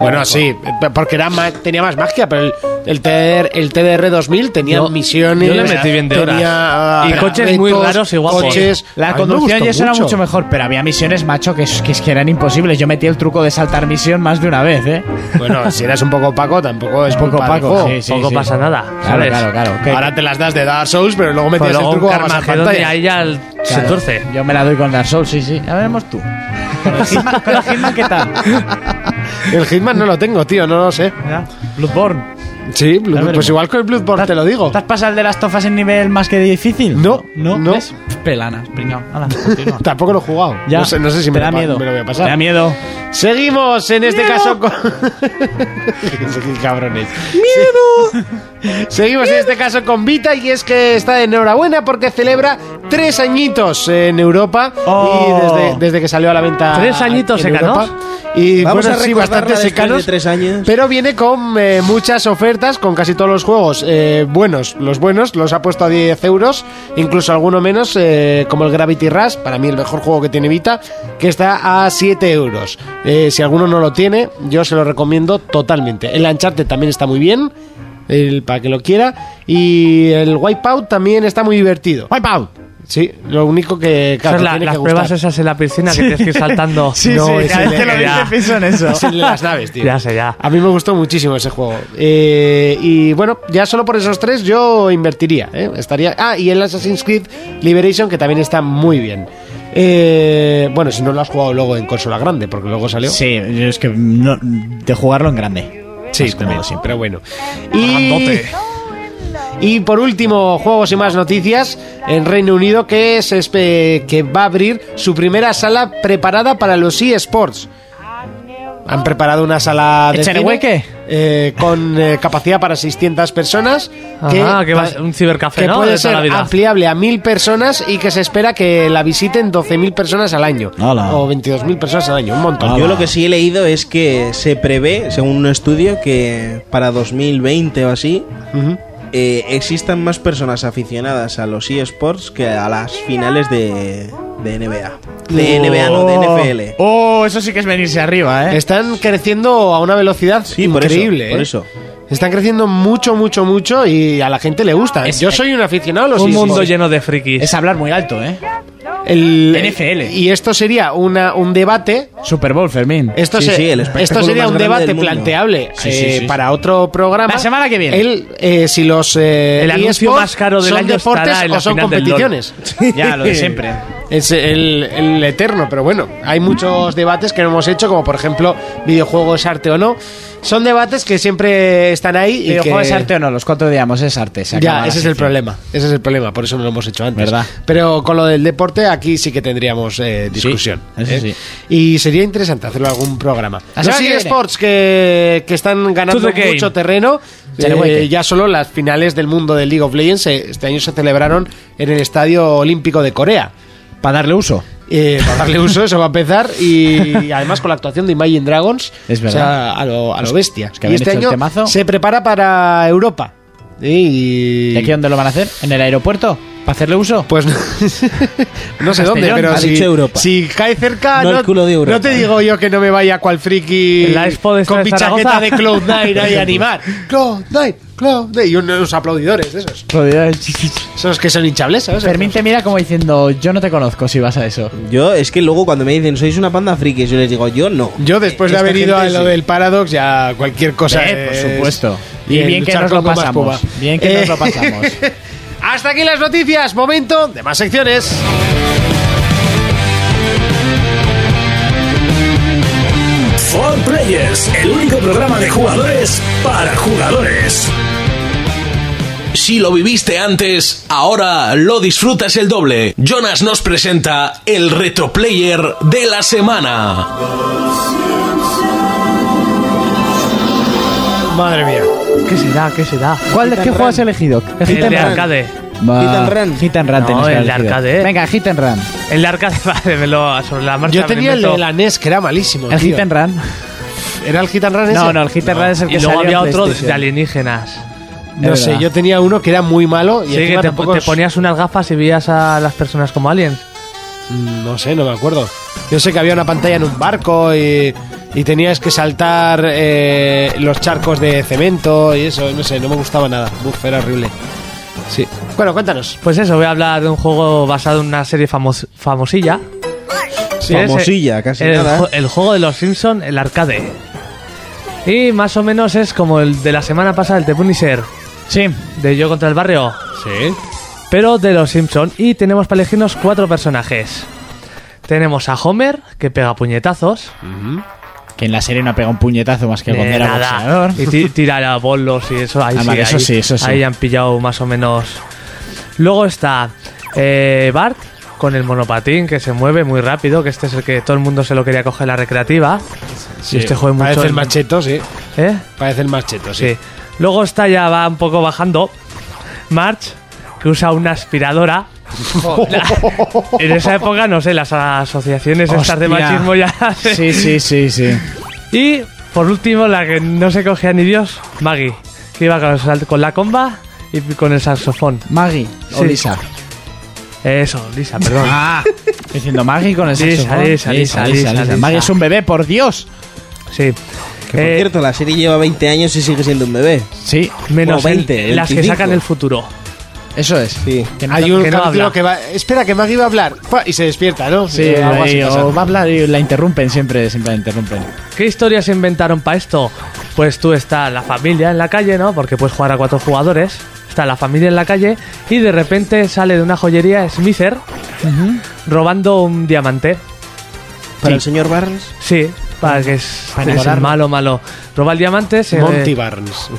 Bueno, sí, eh, porque era ma- tenía más magia, pero el, el TDR, el TDR 2000 tenía Yo- misiones. yo le metí 20 horas. tenía, Y ah, coches muy raros y guapos. coches. A La mí me conducción gustó y eso era mucho mejor, pero había misiones, macho, que, es- que, es que eran imposibles. Yo metí el truco de saltar misión más de una vez, ¿eh? Bueno, si eras un poco opaco, tampoco es Poco poco Paco. opaco. Sí, sí, Poco sí. pasa nada, Claro, ¿sabes? claro, claro. Que- Ahora te las das de Dark Souls, pero Pues luego Pero metías el luego un truco a más Carmageddon y pantalla. ahí ya el- se claro. torce. Yo me la doy con Dark Souls, sí, sí. Ya veremos tú. Con el Hitman, con el Hitman, ¿qué tal? El Hitman no lo tengo, tío, no lo sé. Ya. Bloodborne. Sí, Blood- veremos. pues igual con el Bloodborne te lo digo. ¿Te has pasado el de las tofas en nivel más que difícil? No, no. ¿Ves? Pelanas, pringao. Hala, continúa. Tampoco lo he jugado. Ya. No sé, no sé si Te me, da lo, pa- miedo. me lo voy a Te da pasar. miedo. Seguimos en este caso con. Qué cabrones. ¡Miedo! Seguimos en este caso con Vita y es que está de enhorabuena porque celebra tres añitos en Europa Oh. y desde, desde que salió a la venta. Tres añitos en secanos. Europa. Y Vamos bueno, a sí, recordarla bastante después de secanos. tres años. Pero viene con eh, muchas ofertas, con casi todos los juegos eh, buenos. Los buenos los ha puesto a 10 euros, incluso alguno menos, eh, como el Gravity Rush, para mí el mejor juego que tiene Vita, que está a 7 euros. Eh, si alguno no lo tiene, yo se lo recomiendo totalmente. El Uncharted también está muy bien, el, para que lo quiera. Y el Wipeout también está muy divertido. ¡Wipeout! Sí, lo único que, claro, Esas te la- tiene las que pruebas gustar. esas en la piscina que tienes que ir saltando. Sí, sí, ese cada vez que lo ya- viste pienso en eso. Es el de las naves, tío. Ya sé, ya. A mí me gustó muchísimo ese juego. Eh, y bueno, ya solo por esos tres yo invertiría. ¿eh? Estaría. Ah, y el Assassin's Creed Liberation, que también está muy bien. Eh, bueno, si no lo has jugado luego en consola grande, porque luego salió. Sí, es que no- de jugarlo en grande. Sí, Más cómodo también, siempre. pero bueno. Y, y por último, juegos y más noticias en Reino Unido que, se espe- que va a abrir su primera sala preparada para los eSports. Han preparado una sala de ¿Echan el cine, hueque? eh, con eh, capacidad para 600 personas. Ajá, que va a ser un cibercafé, que ¿no? puede De toda ser la vida. ampliable a 1.000 personas y que se espera que la visiten 12.000 personas al año. Hala. O 22.000 personas al año, un montón. Yo lo que sí he leído es que se prevé, según un estudio, que para 2020 o así, Ujú. eh, existan más personas aficionadas a los eSports que a las finales de, de NBA. Oh. De NBA, no, de NFL. Oh, eso sí que es venirse arriba, ¿eh? Están creciendo a una velocidad Sí, por eso, increíble. por ¿eh? eso. Están creciendo mucho, mucho, mucho y a la gente le gusta. Yo soy un aficionado a los Un eSports. mundo lleno de frikis. Es hablar muy alto, ¿eh? El- NFL. Y esto sería una, un debate. Super Bowl, Fermín. Esto, Sí, se- sí, el esto espectáculo sería más un grande debate del mundo. planteable Sí, eh, sí, sí, sí. para otro programa. La semana que viene. El, eh, si los eh, El anuncio eSports más caro del son año estará deportes en o la son final del competiciones. Ya, lo de siempre. Es el, el eterno, pero bueno, hay muchos debates que no hemos hecho, como por ejemplo videojuegos arte o no. Son debates que siempre están ahí. Y que... ¿Videojuego es arte o no? Los cuatro digamos es arte. se acaba Ya, la ese es el sección. problema. Ese es el problema, por eso no lo hemos hecho antes. ¿Verdad? Pero con lo del deporte, aquí sí que tendríamos eh, discusión. eso ¿eh? Y sería interesante hacerlo en algún programa. La Los semana que viene. eSports que, que están ganando To the game. mucho terreno. Ya le voy, eh, que- ya solo las finales del mundo de League of Legends eh, este año se celebraron en el Estadio Olímpico de Corea. Para darle uso. Eh, para darle uso, eso va a empezar. Y, además con la actuación de Imagine Dragons. Es O sea, verdad. a lo, a lo Los- bestia. los y que habían este hecho el año temazo. se prepara para Europa. Y... ¿Y aquí dónde lo van a hacer? ¿En el aeropuerto? ¿Para hacerle uso? Pues no, no sé dónde, Castellón, pero ha si, dicho Europa. si cae cerca, No no, el culo de Europa. no te digo yo que no me vaya cual friki La Expo de con mi Zaragoza. chaqueta de Cloud9 ahí a animar. Cloud9, Cloud9. Y unos aplaudidores de esos. Esos que son hinchables, ¿sabes? Fermín te mira como diciendo, yo no te conozco si vas a eso. Yo es que luego cuando me dicen sois una panda frikis, yo les digo, yo no. Yo después de Esta haber ido a gente lo sí. del Paradox, ya cualquier cosa. Eh, por es- supuesto. Y el bien que luchar nos con lo gomas pasamos. puma. Bien que Eh, nos lo pasamos. Hasta aquí las noticias. Momento de más secciones. For Players, el único programa de jugadores para jugadores. Si lo viviste antes, ahora lo disfrutas el doble. Jonas nos presenta el retroplayer de la semana. Madre mía. ¿Qué será? ¿Qué será? ¿Cuál, ¿Qué juego has elegido? El El Hit and de Run. arcade. Va, Hit and Run. Hit and Run No, tenías que el haber de elegido. arcade. ¿eh? Venga, Hit and Run. El de arcade, vale, me lo sobre la marcha. Yo tenía me el meto. de la NES, que era malísimo. El tío. Hit and Run. ¿Era el Hit and Run ese? No, no, el Hit and Run es el que Y luego salió en había otro de PlayStation. alienígenas. No Es sé, verdad. yo tenía uno que era muy malo y Sí, que encima te, tampoco te es- ponías unas gafas y veías a las personas como aliens. Mm, No sé, no me acuerdo. Yo sé que había una pantalla en un barco y, y tenías que saltar eh, los charcos de cemento y eso, no sé, no me gustaba nada. Buf, era horrible. Sí. Bueno, cuéntanos. Pues eso, voy a hablar de un juego basado en una serie famos- famosilla. Sí, es, eh, Famosilla, casi el, nada. ¿eh? jo- el juego de los Simpsons, el arcade. Y más o menos es como el de la semana pasada, el de Punisher, Sí. de Yo contra el Barrio, Sí. pero de los Simpsons. Y tenemos para elegirnos cuatro personajes. Tenemos a Homer, que pega puñetazos. Que en la serie no ha pegado un puñetazo más que cuando Eh, era nada. boxeador. Y ti- tira a bolos y eso. Ahí Ah, sí, vale, eso ahí, sí, eso sí. ahí han pillado más o menos. Luego está eh, Bart con el monopatín que se mueve muy rápido, que este es el que todo el mundo se lo quería coger en la recreativa. Y este juego es Parece mucho- el macheto, sí. ¿Eh? Parece el macheto, sí. Sí. Luego está ya va un poco bajando. March, que usa una aspiradora. en esa época, no sé, las asociaciones estas de Hostia. machismo ya. se- Sí, sí, sí, sí. y por último, la que no se cogía ni Dios, Maggie, que iba con, el sal- con la comba y con el saxofón. Maggie o Sí. Lisa. Eso, Lisa, perdón. Ah, diciendo Maggie con el Lisa, saxofón. Lisa, Lisa, Lisa, Lisa. Maggie es un bebé, por Dios. Sí. Que por Eh, cierto, la serie lleva 20 años y sigue siendo un bebé. Sí, menos bueno, 20, el- las que 25. sacan el futuro. eso es. Sí. Que no- Hay un que no capítulo habla. que va. Espera, que Maggie va a hablar. ¡Pua! Y se despierta, ¿no? Sí, Eh, algo así ahí, pasa. o va a hablar y la interrumpen siempre, siempre la interrumpen. ¿Qué historias se inventaron para esto? Pues tú está la familia en la calle, ¿no? Porque puedes jugar a cuatro jugadores. Está la familia en la calle y de repente sale de una joyería Smither robando un diamante. Para el señor Barnes. Sí, para que es, Para es el enamorarlo. malo, malo. Roba el diamante, se, eh, Monty Barnes.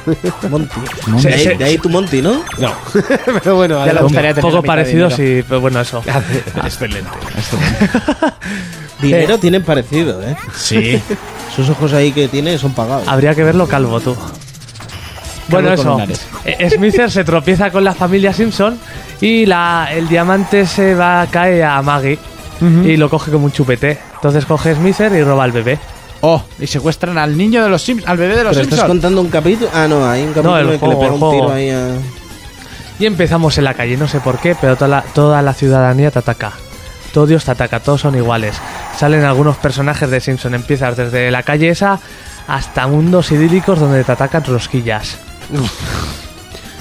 Monty. Monty. De, Sí, sí. ahí, de ahí tu Monty, ¿no? No. Pero bueno, Ya lo adelante. gustaría tener un poco la mitad de parecido, dinero. sí, pero bueno, eso. Excelente. Dinero tienen parecido, ¿eh? Sí. Ah, Sus ojos ahí que tiene son pagados. Habría que verlo calvo, tú. Bueno, eso. lunares. Eh, Smither se tropieza con la familia Simpson y la, el diamante se va cae a Maggie y lo coge como un chupete. Entonces coge Smither y roba al bebé. Oh, y secuestran al niño de los Simpsons, al bebé de los Pero estás Simpsons. contando un capítulo. Ah, no, hay un capítulo el en el que le juego, pega el un juego. tiro ahí a. Y empezamos en la calle, no sé por qué, pero toda la, toda la ciudadanía te ataca. Todo Dios te ataca, todos son iguales. Salen algunos personajes de Simpson, empiezas desde la calle esa hasta mundos idílicos donde te atacan rosquillas.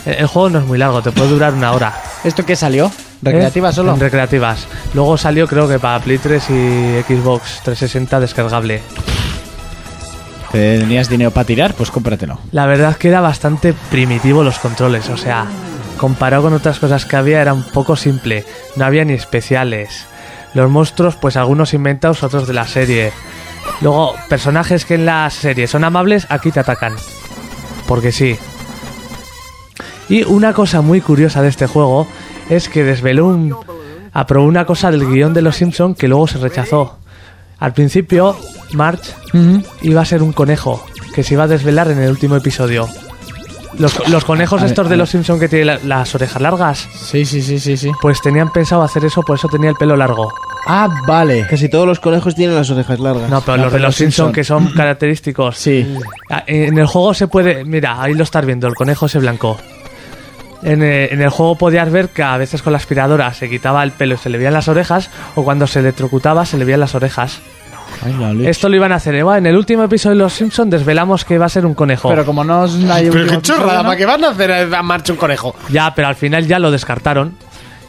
el, el juego no es muy largo, te puede durar una hora. ¿Esto qué salió? ¿Recreativa ¿Eh? solo? En recreativas. Luego salió creo que para Play 3 y Xbox 360 descargable. ¿Tenías dinero para tirar? Pues cómpratelo. La verdad es que era bastante primitivo los controles, o sea, comparado con otras cosas que había era un poco simple, no había ni especiales. Los monstruos pues algunos inventados, otros de la serie. Luego, personajes que en la serie son amables, aquí te atacan. Porque sí. Y una cosa muy curiosa de este juego es que desveló un... aprobó una cosa del guión de Los Simpson que luego se rechazó. Al principio, March iba a ser un conejo que se iba a desvelar en el último episodio. Los, co- los conejos A ver, estos a de ver. Los Simpson que tienen la- las orejas largas. Sí, sí, sí, sí, sí. Pues tenían pensado hacer eso, por eso tenía el pelo largo. Ah, vale. Casi todos los conejos tienen las orejas largas. No, pero No, los de pero los los Simpsons Simpson. que son característicos. Sí. Ah, En el juego se puede. Mira, ahí lo estás viendo, el conejo ese blanco. En eh, en el, juego podías ver que a veces con la aspiradora se quitaba el pelo y se le veían las orejas, o cuando se electrocutaba se le veían las orejas. Ay, la leche. Esto lo iban a hacer. eh, En el último episodio de Los Simpsons desvelamos que va a ser un conejo. Pero como no es nadie. Pero qué chorrada, ¿para qué van a hacer a marcha un conejo? Ya, pero al final ya lo descartaron.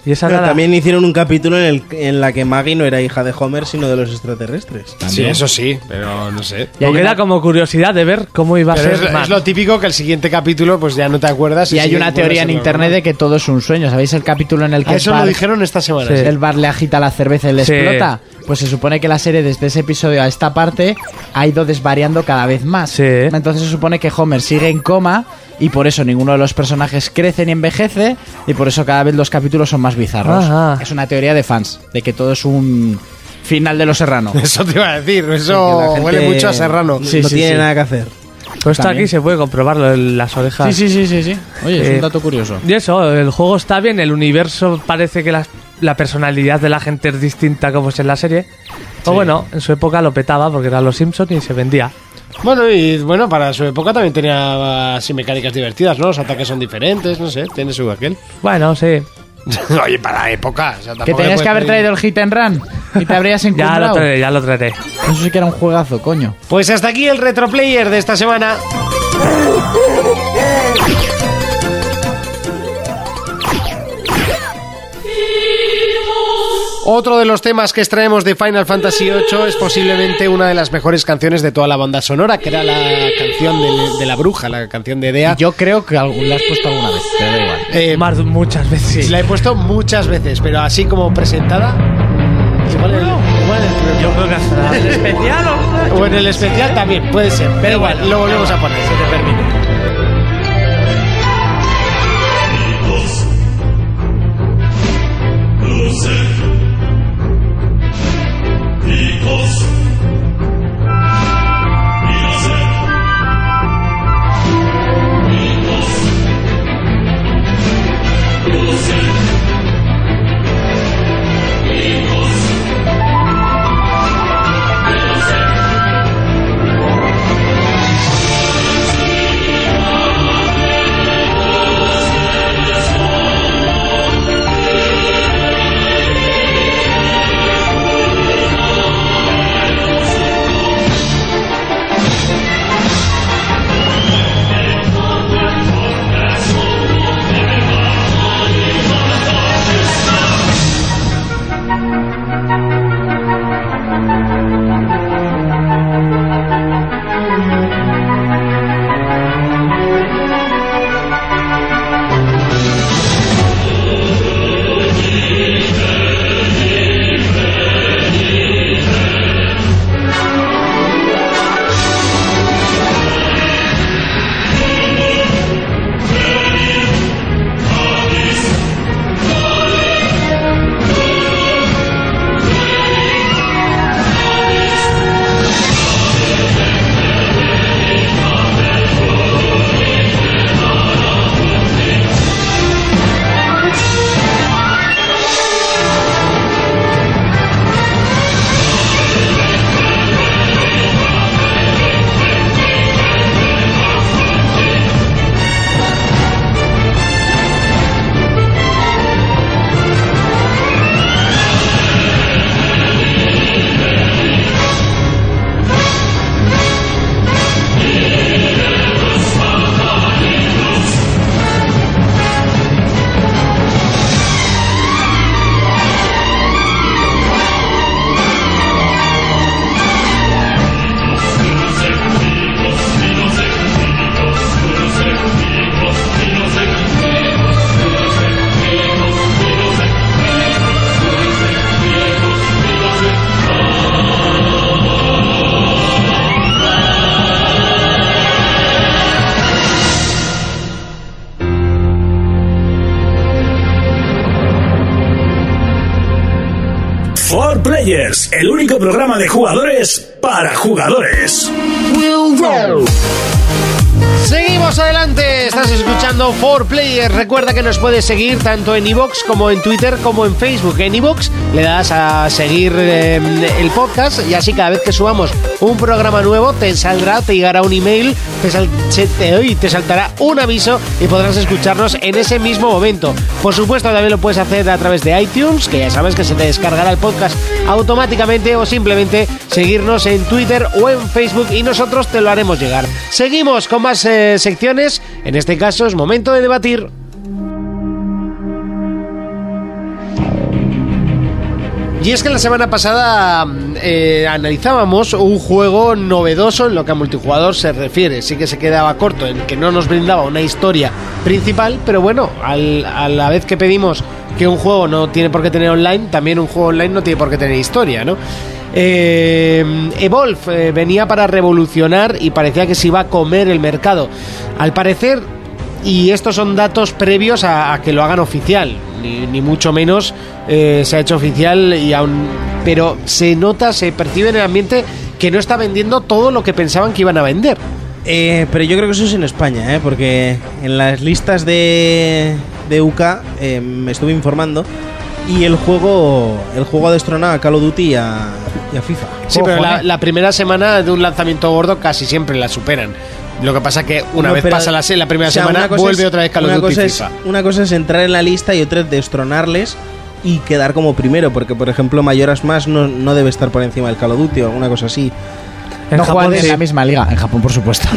Y esa Pero era la- también hicieron un capítulo en el en la que Maggie no era hija de Homer, sino de los extraterrestres. Sí, eso sí, pero no sé. Lo que era como curiosidad de ver cómo iba a Pero ser. es, lo- Matt. es lo típico que el siguiente capítulo pues ya no te acuerdas. Y hay una teoría en internet de que todo es un sueño. ¿Sabéis el capítulo en el que que el Ah, eso lo bar- dijeron esta semana. Sí. sí. el bar le agita la cerveza y le Sí. explota? Pues se supone que la serie desde ese episodio a esta parte ha ido desvariando cada vez más. Sí. Entonces se supone que Homer sigue en coma y por eso ninguno de los personajes crece ni envejece y por eso cada vez los capítulos son más bizarros. Ajá. Es una teoría de fans, de que todo es un final de los serrano. Eso te iba a decir, Que eso la gente Oh, huele mucho a serrano. No Sí, sí, tiene sí. nada que hacer. Pero Pues esto también. aquí se puede comprobar lo de las orejas. Sí, sí, sí, sí, sí. Oye, es Eh, un dato curioso. Y eso, el juego está bien, el universo parece que la, la personalidad de la gente es distinta como es en la serie. O bueno, en su época lo petaba porque eran los Simpsons y se vendía. Bueno, y bueno, para su época también tenía así mecánicas divertidas, ¿no? Los ataques son diferentes, no sé, tiene su aquel. Bueno, sí. Oye, para la época. o sea, tampoco Que le tenías puedes que haber pedir- traído el hit and run y te habrías Ya lo encontrado. traeré, ya lo traeré. Eso sí que era un juegazo, coño. Pues hasta aquí el retroplayer de esta semana. Otro de los temas que extraemos de Final Fantasy VIII es posiblemente una de las mejores canciones de toda la banda sonora, que era la canción del- de, la bruja, la canción de Dea. Yo creo que algún- la has puesto alguna vez, pero da igual. Eh, Más de- muchas veces. la he puesto muchas veces, pero así como presentada. Igual en el- igual en el- Yo creo que hasta especial o en el especial también, puede ser. Pero igual, lo volvemos a poner. te permite. Thank For Players, el único programa de jugadores para jugadores. Seguimos adelante, estás escuchando 4Players. Recuerda que nos puedes seguir tanto en iVoox como en Twitter como en Facebook. En iVoox le das a seguir eh, el podcast y así cada vez que subamos un programa nuevo te saldrá, te llegará un email, te, sal- se- te- uy, te saltará un aviso y podrás escucharnos en ese mismo momento. Por supuesto también lo puedes hacer a través de iTunes, que ya sabes que se te descargará el podcast automáticamente o simplemente seguirnos en Twitter o en Facebook y nosotros te lo haremos llegar. Seguimos con más eh, secciones. En este caso es momento de debatir. Y es que la semana pasada mm, eh, analizábamos un juego novedoso en lo que a multijugador se refiere. Sí que se quedaba corto en que no nos brindaba una historia principal, pero bueno, al- a la vez que pedimos que un juego no tiene por qué tener online, también un juego online no tiene por qué tener historia, ¿no? Eh, Evolve eh, venía para revolucionar y parecía que se iba a comer el mercado. Al parecer, y estos son datos previos a, a que lo hagan oficial, ni, ni mucho menos eh, se ha hecho oficial, y aún, pero se nota, se percibe en el ambiente que no está vendiendo todo lo que pensaban que iban a vender. Eh, pero yo creo que eso es en España, ¿eh? porque en las listas de, de UCA eh, me estuve informando y el juego el juego ha destronado a Call of Duty y a, y a FIFA. Sí, pero la, ¿eh? la primera semana de un lanzamiento gordo casi siempre la superan. Lo que pasa que una ¿eh? No, vez pero- pasa la, se- la primera o sea, semana, una cosa vuelve es- otra vez Call of una Duty cosa es- FIFA. una cosa es entrar en la lista y otra es destronarles y quedar como primero, porque por ejemplo Mayoras Más no, no debe estar por encima del Call of Duty o alguna cosa así. no juegan en la misma liga. En Japón, por supuesto.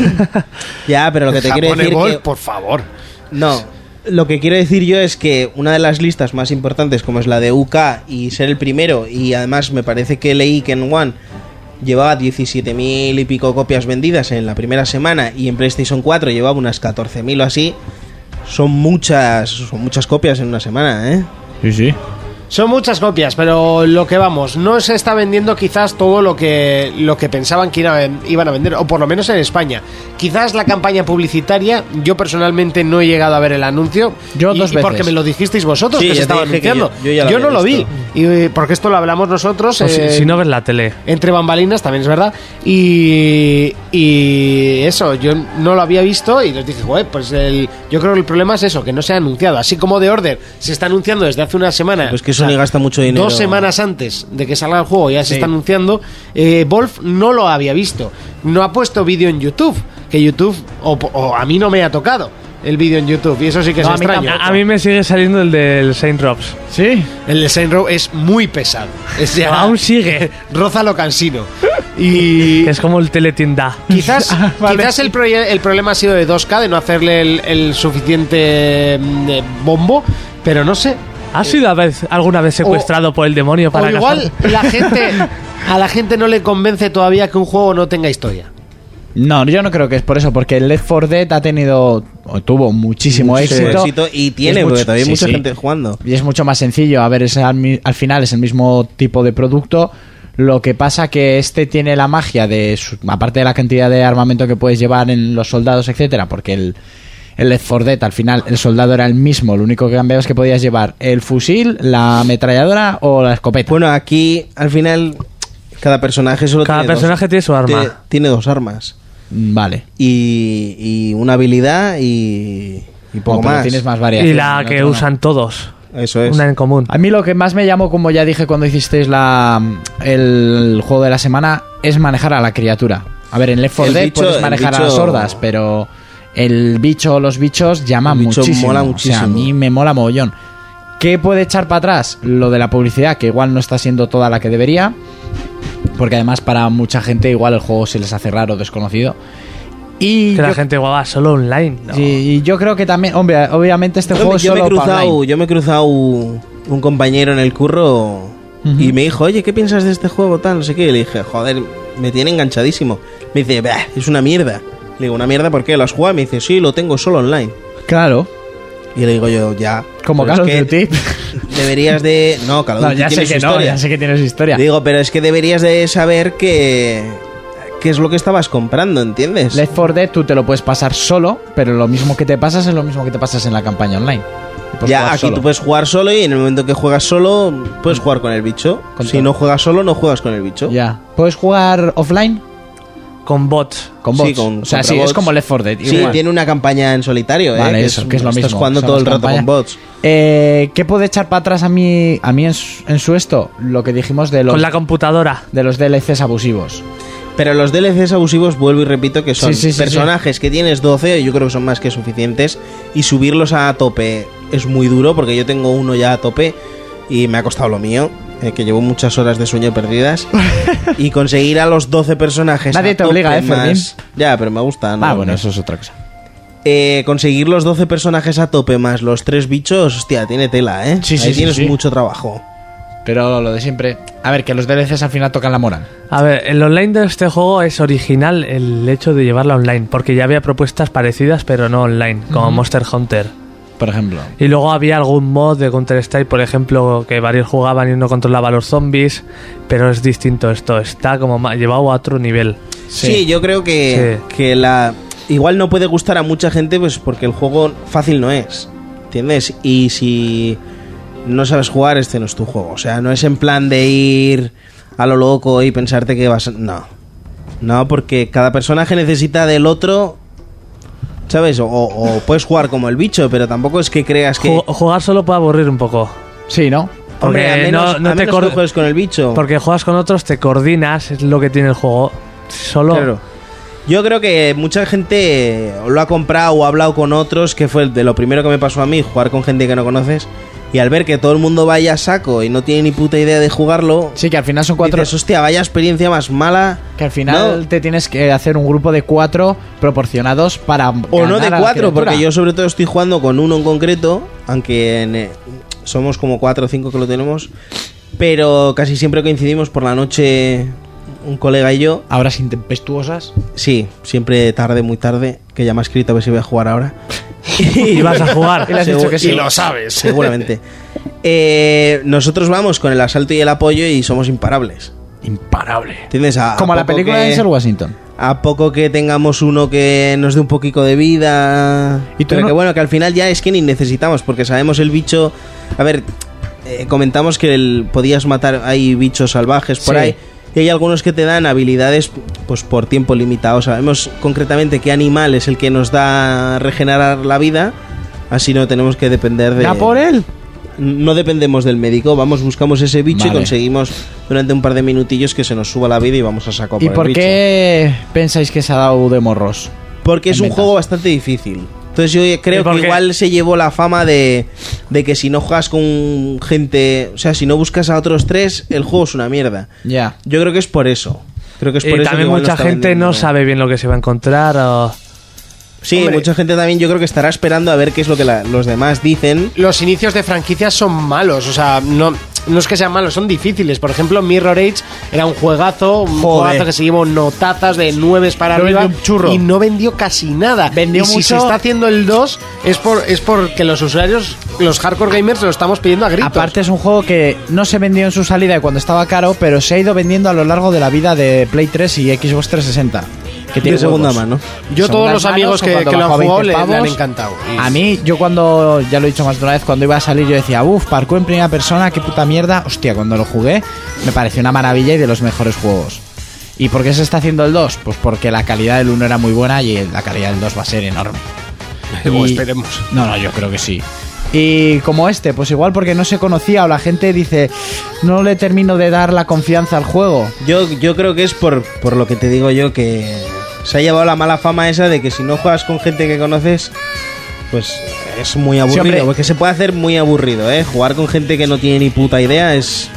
Ya, pero lo que te Japón quiero decir Evolve, que- por favor. No, lo que quiero decir yo es que una de las listas más importantes, como es la de UK y ser el primero, y además me parece que leí que en One llevaba 17.000 y pico copias vendidas en la primera semana y en PlayStation 4 llevaba unas 14.000 o así. Son muchas, son muchas copias en una semana, ¿eh? Sí, sí. Son muchas copias, pero lo que vamos, no se está vendiendo quizás todo lo que, lo que pensaban que iba a ven- iban a vender, o por lo menos en España. Quizás la campaña publicitaria, yo personalmente no he llegado a ver el anuncio. Yo y- dos y porque veces. me lo dijisteis vosotros Sí, que ya se te estaba dije que anunciando. yo- yo ya lo no había lo vi, visto. y, eh, porque esto lo hablamos nosotros. O Pues si- eh, si, no ves la tele. entre bambalinas también es verdad y, y eso yo no lo había visto y les dije "Joder, pues el, yo creo que el problema es eso que no se ha anunciado así como The Order se está anunciando desde hace una semana Pues que Sony gasta mucho dinero. dos semanas antes de que salga el juego ya se está anunciando eh, Wolf no lo había visto no ha puesto vídeo en YouTube que YouTube o, o a mí no me ha tocado el vídeo en YouTube y eso sí que es No, a mí extraño A, a mí me sigue saliendo el del Saint Robs. Sí. el de Saints Row es muy pesado es ya- Aún sigue. roza lo cansino y Es como el teletienda. Quizás, Ah, quizás el, proye- el problema ha sido de 2K, de no hacerle el, el suficiente mm, eh, bombo, pero no sé. ¿Has sido a vez- alguna vez secuestrado por el demonio O para igual cazar? la gente, a la gente no le convence todavía que un juego no tenga historia. No, yo no creo que es por eso, porque el Left 4 Dead ha tenido, o tuvo muchísimo Mucho éxito. éxito y tiene, es porque mucho- todavía hay sí, mucha sí. gente jugando. Y es mucho más sencillo, a ver, es al, mi- al final es el mismo tipo de producto. Lo que pasa que este tiene la magia de, su- aparte de la cantidad de armamento que puedes llevar en los soldados, etcétera, porque el, el Left 4 Dead al final el soldado era el mismo, lo único que cambiaba es que podías llevar el fusil, la ametralladora o la escopeta. Bueno, aquí al final cada personaje solo Cada tiene dos- personaje tiene su arma. Tiene, tiene dos armas. vale. y, y una habilidad y, y poco No, pero más. tienes más y variaciones. la en que otro no. usan todos. Eso es. Una en común. A mí lo que más me llamó, como ya dije cuando hicisteis la, el juego de la semana, es manejar a la criatura. A ver, en Left 4 El Dead bicho- puedes el manejar a bicho- las hordas, pero el bicho o los bichos llaman El bicho muchísimo. mola O sea, a muchísimo. mí me mola mogollón. ¿Qué puede echar para atrás? Lo de la publicidad, que igual no está siendo toda la que debería. Porque además para mucha gente igual el juego se les hace raro, desconocido. Y Que la yo, gente guava solo online. No. y- y yo creo que también, hombre, obviamente este Yo, juego me- es yo me he solo para cruzado, online. yo me he cruzado un compañero en el curro y me dijo, oye, ¿qué piensas de este juego? Tal, no sé qué. Y le dije, joder, me tiene enganchadísimo. Me dice, "Bah, es una mierda. Le digo, ¿una mierda por qué? ¿Lo has jugado? Me dice, sí, lo tengo solo online. Claro, Y le digo yo, ya. como pero Call of es que Duty. Deberías de. No, Call of No, Duty ya tiene sé su que no, historia. ya sé que tienes historia. Digo, pero es que deberías de saber que. ¿Qué es lo que estabas comprando, entiendes? Left 4 Dead tú te lo puedes pasar solo, pero lo mismo que te pasas es lo mismo que te pasas en la campaña online. Puedes ya, jugar aquí solo. Mm. tú puedes jugar solo y en el momento que juegas solo, puedes jugar con el bicho. si no juegas solo, no juegas con el bicho. Ya. ¿Puedes jugar offline? Con bots. Con Sí, bots. con- o sea, contra sí, es bots. como Left 4 Dead. Sí, igual. tiene una campaña en solitario, ¿eh? Vale, eso, que es lo mismo. Estás jugando Son todo las el rato campañas. con bots. Eh, ¿Qué puede echar para atrás a mí, a mí en, su, en su esto? Lo que dijimos de los, Con la computadora. de los DLCs abusivos. Pero los DLCs abusivos, vuelvo y repito, que son Sí, sí, sí, personajes que tienes 12, y yo creo que son más que suficientes, y subirlos a tope es muy duro, porque yo tengo uno ya a tope, y me ha costado lo mío, eh, que llevo muchas horas de sueño perdidas, y conseguir a los 12 personajes... Nadie a te tope obliga, ¿eh, Fermín? más- Ya, pero me gusta, ¿no? ah, bueno, eso es otra cosa. Eh, conseguir los 12 personajes a tope más los 3 bichos, hostia, tiene tela, ¿eh? Sí, sí, Ahí sí, tienes sí. mucho trabajo. Pero lo de siempre. A ver, que los DLCs al final tocan la moral. A ver, el online de este juego es original el hecho de llevarla online, porque ya había propuestas parecidas, pero no online, como Monster Hunter. Por ejemplo. Y luego había algún mod de Counter-Strike, por ejemplo, que varios jugaban y uno controlaba a los zombies, pero es distinto esto, está como ma- llevado a otro nivel. Sí, yo creo que, que la. Igual no puede gustar a mucha gente, pues porque el juego fácil no es. ¿Entiendes? Y si no sabes jugar, este no es tu juego. O sea, no es en plan de ir a lo loco y pensarte que vas. a- No. No, porque cada personaje necesita del otro. ¿Sabes? O, o puedes jugar como el bicho, pero tampoco es que creas que. Ju- Jugar solo puede aburrir un poco. Sí, ¿no? Hombre, a Porque menos- no, no a menos te que cor- juegues con el bicho. Porque juegas con otros, te coordinas, es lo que tiene el juego. Solo. Claro. Yo creo que mucha gente lo ha comprado o ha hablado con otros, que fue de lo primero que me pasó a mí, jugar con gente que no conoces. Y al ver que todo el mundo vaya a saco y no tiene ni puta idea de jugarlo, Sí, que al final son cuatro. dices, hostia, vaya experiencia más mala. Que al final No. te tienes que hacer un grupo de cuatro proporcionados para. O no de cuatro, porque yo sobre todo estoy jugando con uno en concreto, aunque en, eh, somos como cuatro o cinco que lo tenemos. Pero casi siempre coincidimos por la noche un colega y yo. Ahora sin tempestuosas. Sí, siempre tarde, muy tarde, que ya me ha escrito a ver si voy a jugar ahora. Y vas a jugar. Y le has dicho Segu- que sí. y lo sabes. Seguramente. Eh, nosotros vamos con el asalto y el apoyo y somos imparables. Imparable. ¿Entiendes? A, a Como la poco película que- de Denzel Washington. A poco que tengamos uno que nos dé un poquito de vida. Y tú pero no- que bueno, que al final ya es que ni necesitamos, porque sabemos el bicho. A ver, eh, comentamos que el- podías matar. Hay bichos salvajes por Sí. ahí. Y hay algunos que te dan habilidades pues por tiempo limitado. Sabemos concretamente qué animal es el que nos da regenerar la vida. Así no tenemos que depender de. ¡Da por él! No dependemos del médico, vamos, buscamos ese bicho y Vale. conseguimos durante un par de minutillos que se nos suba la vida y vamos a saco ¿Y el por bicho. qué pensáis que se ha dado de morros? Porque es en un ventas? juego bastante difícil. Entonces yo ¿Y creo por que qué? igual se llevó la fama de, de que si no juegas con gente, o sea, si no buscas a otros tres, el juego es una mierda. Ya. Yo creo que es por eso. Creo que es por eso. que Y Eh, también igual mucha está gente vendiendo. Ah, no sabe bien lo que se va a encontrar. o- Sí, Hombre. mucha gente también yo creo que estará esperando a ver qué es lo que la- los demás dicen. los inicios de franquicias son malos, o sea, no, no es que sean malos, son difíciles. Por ejemplo, Mirror Age era un juegazo, un Joder. juegazo que se llevó notazas de nueves para No arriba vendió un churro. y no vendió casi nada. Vendió y si mucho. se está haciendo el 2 es por es porque los usuarios, los hardcore gamers lo estamos pidiendo a gritos. Aparte es un juego que no se vendió en su salida cuando estaba caro, pero se ha ido vendiendo a lo largo de la vida de Play 3 y Xbox 360. Que tiene De segunda juegos. mano. Yo todos Segundas los manos, amigos o que, cuando que lo han bajó a jugado 20 le, le han pavos. encantado. Y- A mí, yo cuando, ya lo he dicho más de una vez, cuando iba a salir yo decía, uff, parkour en primera persona, qué puta mierda. Hostia, cuando lo jugué me pareció una maravilla y de los mejores juegos. ¿Y por qué se está haciendo el 2? Pues porque la calidad del 1 era muy buena y la calidad del 2 va a ser enorme. O Y- esperemos. No, no, yo creo que sí. Y como este, pues igual porque no se conocía o la gente dice, no le termino de dar la confianza al juego. Yo, yo creo que es por, por lo que te digo yo que se ha llevado la mala fama esa de que si no juegas con gente que conoces, pues es muy aburrido. hombre. porque se puede hacer muy aburrido, ¿eh? Jugar con gente que no tiene ni puta idea es,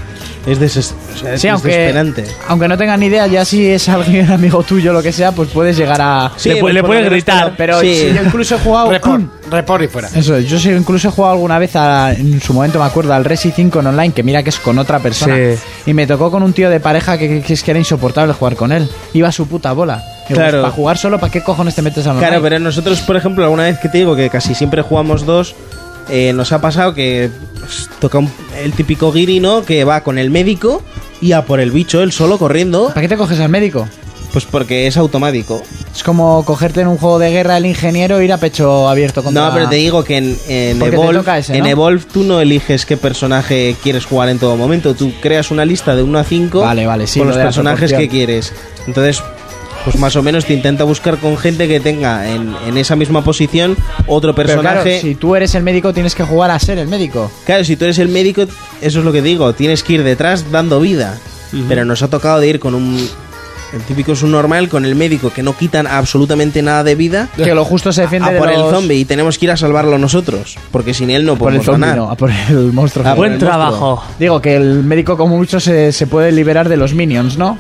es, deses- o sea, es Sí, aunque, desesperante. aunque no tengan ni idea, ya si es alguien amigo tuyo o lo que sea, pues puedes llegar a... Sí, le, pu- por le lo puedes menos gritar. te Pero Sí. si yo incluso he jugado... Report, report y fuera. Eso, es, yo sí, incluso he jugado alguna vez, a- en su momento me acuerdo, al Resi 5 en online, que mira que es con otra persona. Sí. Y me tocó con un tío de pareja que, que, es que era insoportable jugar con él. Iba a su puta bola. "Pues, Claro. Para jugar solo, ¿para qué cojones te metes al online? Claro, pero nosotros, por ejemplo, alguna vez que te digo que casi siempre jugamos dos, eh, nos ha pasado que pues, toca un- el típico guiri, ¿no? Que va con el médico y a por el bicho, él solo corriendo. ¿Para qué te coges al médico? Pues porque es automático. Es como cogerte en un juego de guerra el ingeniero e ir a pecho abierto contra... No, pero te digo que en, en Porque te Evolve, toca ese, en ¿no? Evolve tú no eliges qué personaje quieres jugar en todo momento. Tú creas una lista de 1 a 5 Vale, vale, sí, con lo los de la personajes que proporción. quieres. Entonces, pues más o menos te intenta buscar con gente que tenga en, en esa misma posición otro Pero claro, personaje. si tú eres el médico tienes que jugar a ser el médico. Claro, si tú eres el médico, eso es lo que digo, tienes que ir detrás dando vida. Pero nos ha tocado de ir con un... El típico es un normal con el médico que no quitan absolutamente nada de vida. Que lo justo se defiende a de Ah, por los- el zombie y tenemos que ir a salvarlo nosotros, porque sin él no Por el podemos zombie, ganar. no, a por el monstruo. A por Buen el monstruo. trabajo. Digo que el médico como mucho se, se puede liberar de los minions, ¿no?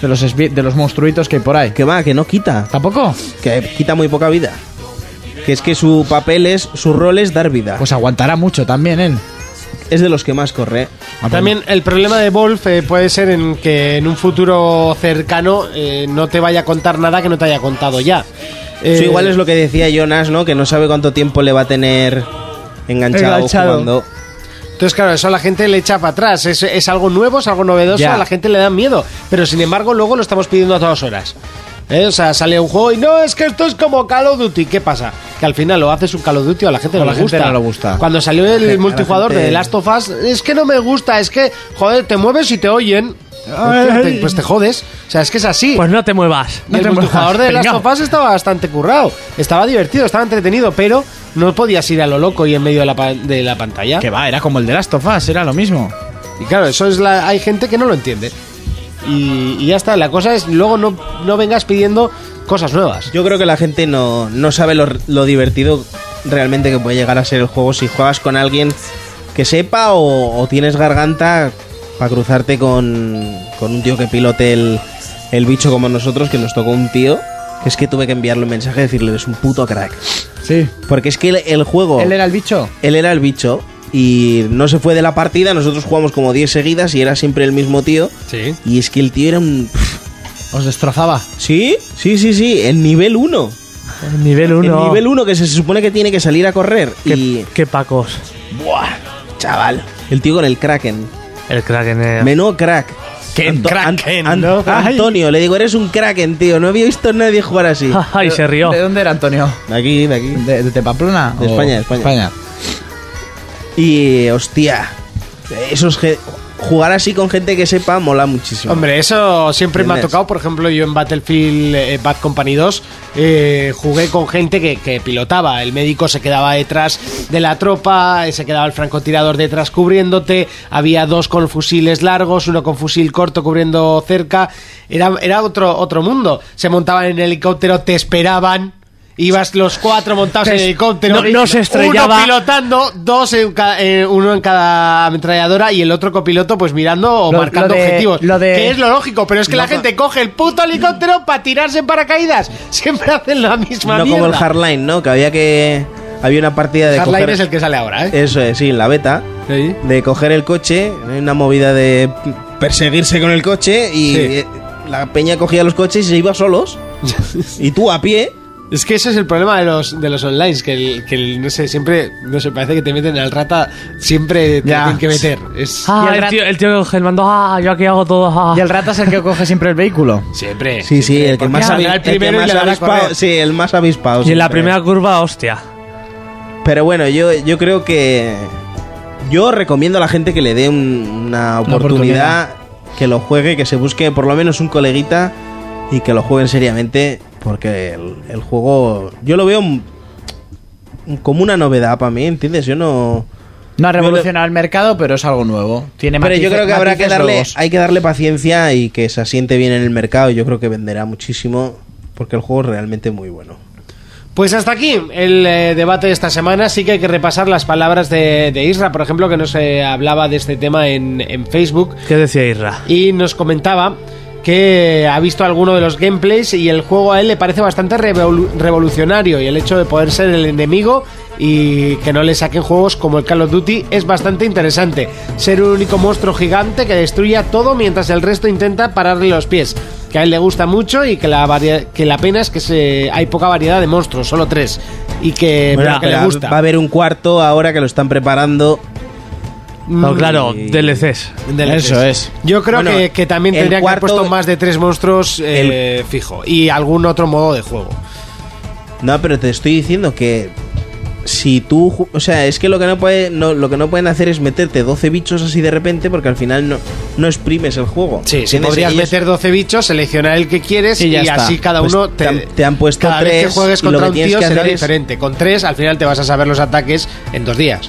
De los, esbi- de los monstruitos que hay por ahí. Que va, que no quita, ¿Tampoco? que quita muy poca vida. Que es que su papel es, su rol es dar vida. Pues aguantará mucho también él. es de los que más corre. También el problema de Wolf eh, puede ser en que en un futuro cercano eh, no te vaya a contar nada que no te haya contado ya. Eh, Eso igual es lo que decía Jonas, ¿no? Que no sabe cuánto tiempo le va a tener enganchado, Enganchado. jugando. Entonces, claro, eso a la gente le echa para atrás. Es, es algo nuevo, es algo novedoso, Ya. a la gente le da miedo. Pero sin embargo, luego lo estamos pidiendo a todas horas. ¿Eh? O sea, sale un juego y no, es que esto es como Call of Duty. ¿Qué pasa? Que al final lo haces un Call of Duty a la gente, no, A la le gente gusta. no le gusta. Cuando salió el gente- a la multijugador gente- de The Last of Us, es que no me gusta, es que, joder, te mueves y te oyen. Hostia, te- pues te jodes. O sea, es que es así. Pues no te muevas. Y el multijugador de Last of Us estaba bastante currado, estaba divertido, estaba entretenido, pero no podías ir a lo loco y en medio de la, pa- de la pantalla. Que va, era como el de Last of Us, era lo mismo. Y claro, eso es la, hay gente que no lo entiende. Y, y ya está, la cosa es luego no, no vengas pidiendo cosas nuevas. Yo creo que la gente no, no sabe lo, lo divertido realmente que puede llegar a ser el juego si juegas con alguien que sepa o, o tienes garganta para cruzarte con, con un tío que pilote el, el bicho como nosotros, que nos tocó un tío, que es que tuve que enviarle un mensaje y decirle, eres un puto crack. Sí. Porque es que el, el juego, Él era el bicho. él era el bicho y no se fue de la partida, nosotros jugamos como 10 seguidas y era siempre el mismo tío. Sí. Y es que el tío era un... Os destrozaba. Sí, sí, sí, sí, el nivel 1. Nivel 1. El nivel 1 que se supone que tiene que salir a correr. Qué, Y. qué pacos. Buah, chaval. El tío con el Kraken. El Kraken. eh. Menú crack. Anto- Kraken, An- ¿no? An- Antonio, le digo, eres un Kraken, tío. No había visto a nadie jugar así. Ay, se rió. ¿De dónde era Antonio? De aquí, de aquí. ¿De, de Pamplona? De o- España, de España. Y, hostia. Esos. ge- Jugar así con gente que sepa mola muchísimo. Hombre, eso siempre me ha ¿Entiendes? tocado. Por ejemplo, yo en Battlefield eh, Bad Company 2 eh, jugué con gente que, que pilotaba. El médico se quedaba detrás de la tropa, eh, se quedaba el francotirador detrás cubriéndote. Había dos con fusiles largos, uno con fusil corto cubriendo cerca. Era, era otro, otro mundo. Se montaban en el helicóptero, te esperaban. Ibas los cuatro montados en el helicóptero. No- no se estrellaba. Uno pilotando, dos en ca- eh, uno en cada ametralladora y el otro copiloto pues mirando o Lo- marcando lo de- objetivos. lo de- Que es lo lógico, pero es que la gente coge el puto helicóptero para tirarse en paracaídas. Siempre hacen la misma no como el mierda. Hardline, ¿no? Que había que. Había una partida de. Hardline coger- es el que sale ahora, ¿eh? Eso es, sí, en la beta. de coger el coche, una movida de perseguirse con el coche y Sí. eh, la peña cogía los coches y se iba solos y tú a pie. Es que ese es el problema de los, de los online, que, el, que el- no sé, siempre, no sé, parece que te meten al rata, siempre te Ya. tienen que meter. Es, Ah, Y el el, rat- tío, el tío coge el mando. Ah, yo aquí hago todo. ah. Y el rata es el que coge siempre el vehículo. siempre. Sí, sí, el que más, saldrá avi- el el que primero y más le dará a avispado, correr. sí, el más avispado. Y en la siempre. primera curva, hostia. Pero bueno, yo, yo creo que yo recomiendo a la gente que le dé un- una oportunidad, que lo juegue, que se busque por lo menos un coleguita y que lo jueguen seriamente porque el, el juego yo lo veo un- como una novedad para mí, ¿entiendes? Yo no No ha revolucionado el mercado, pero es algo nuevo. Tiene Pero yo matices- creo que habrá que matices darle, nuevos. hay que darle paciencia y que se asiente bien en el mercado. Yo creo que venderá muchísimo porque el juego es realmente muy bueno. Pues hasta aquí el eh, debate de esta semana. Sí que hay que repasar las palabras de, de Isra, por ejemplo, que nos eh, hablaba de este tema en, en Facebook. ¿Qué decía Irra? y nos comentaba que ha visto alguno de los gameplays y el juego a él le parece bastante revolu- revolucionario y el hecho de poder ser el enemigo y que no le saquen juegos como el Call of Duty es bastante interesante. Ser un único monstruo gigante que destruya todo mientras el resto intenta pararle los pies. Que a él le gusta mucho y que la, varia- que la pena es que se hay poca variedad de monstruos, solo tres. Y que, Bueno, pero que le va- gusta. Va a haber un cuarto ahora que lo están preparando. Mm, No, claro, DLCs. Eso es. Yo creo Bueno, que, que también el tendrían que haber cuarto- puesto más de tres monstruos eh, fijo. Y algún otro modo de juego. No, pero te estoy diciendo que si tú, ju- o sea, es que lo que no puede no, lo que no pueden hacer es meterte 12 bichos así de repente porque al final no no exprimes el juego. Sí, sí, Tienes podrías ellos- meter 12 bichos, seleccionar el que quieres y, Y ya está. así cada Pues uno te han- te han puesto cada vez que tres juegues y lo contra que un tienes tío que será hacer es- diferente. Con tres al final te vas a saber los ataques en dos días.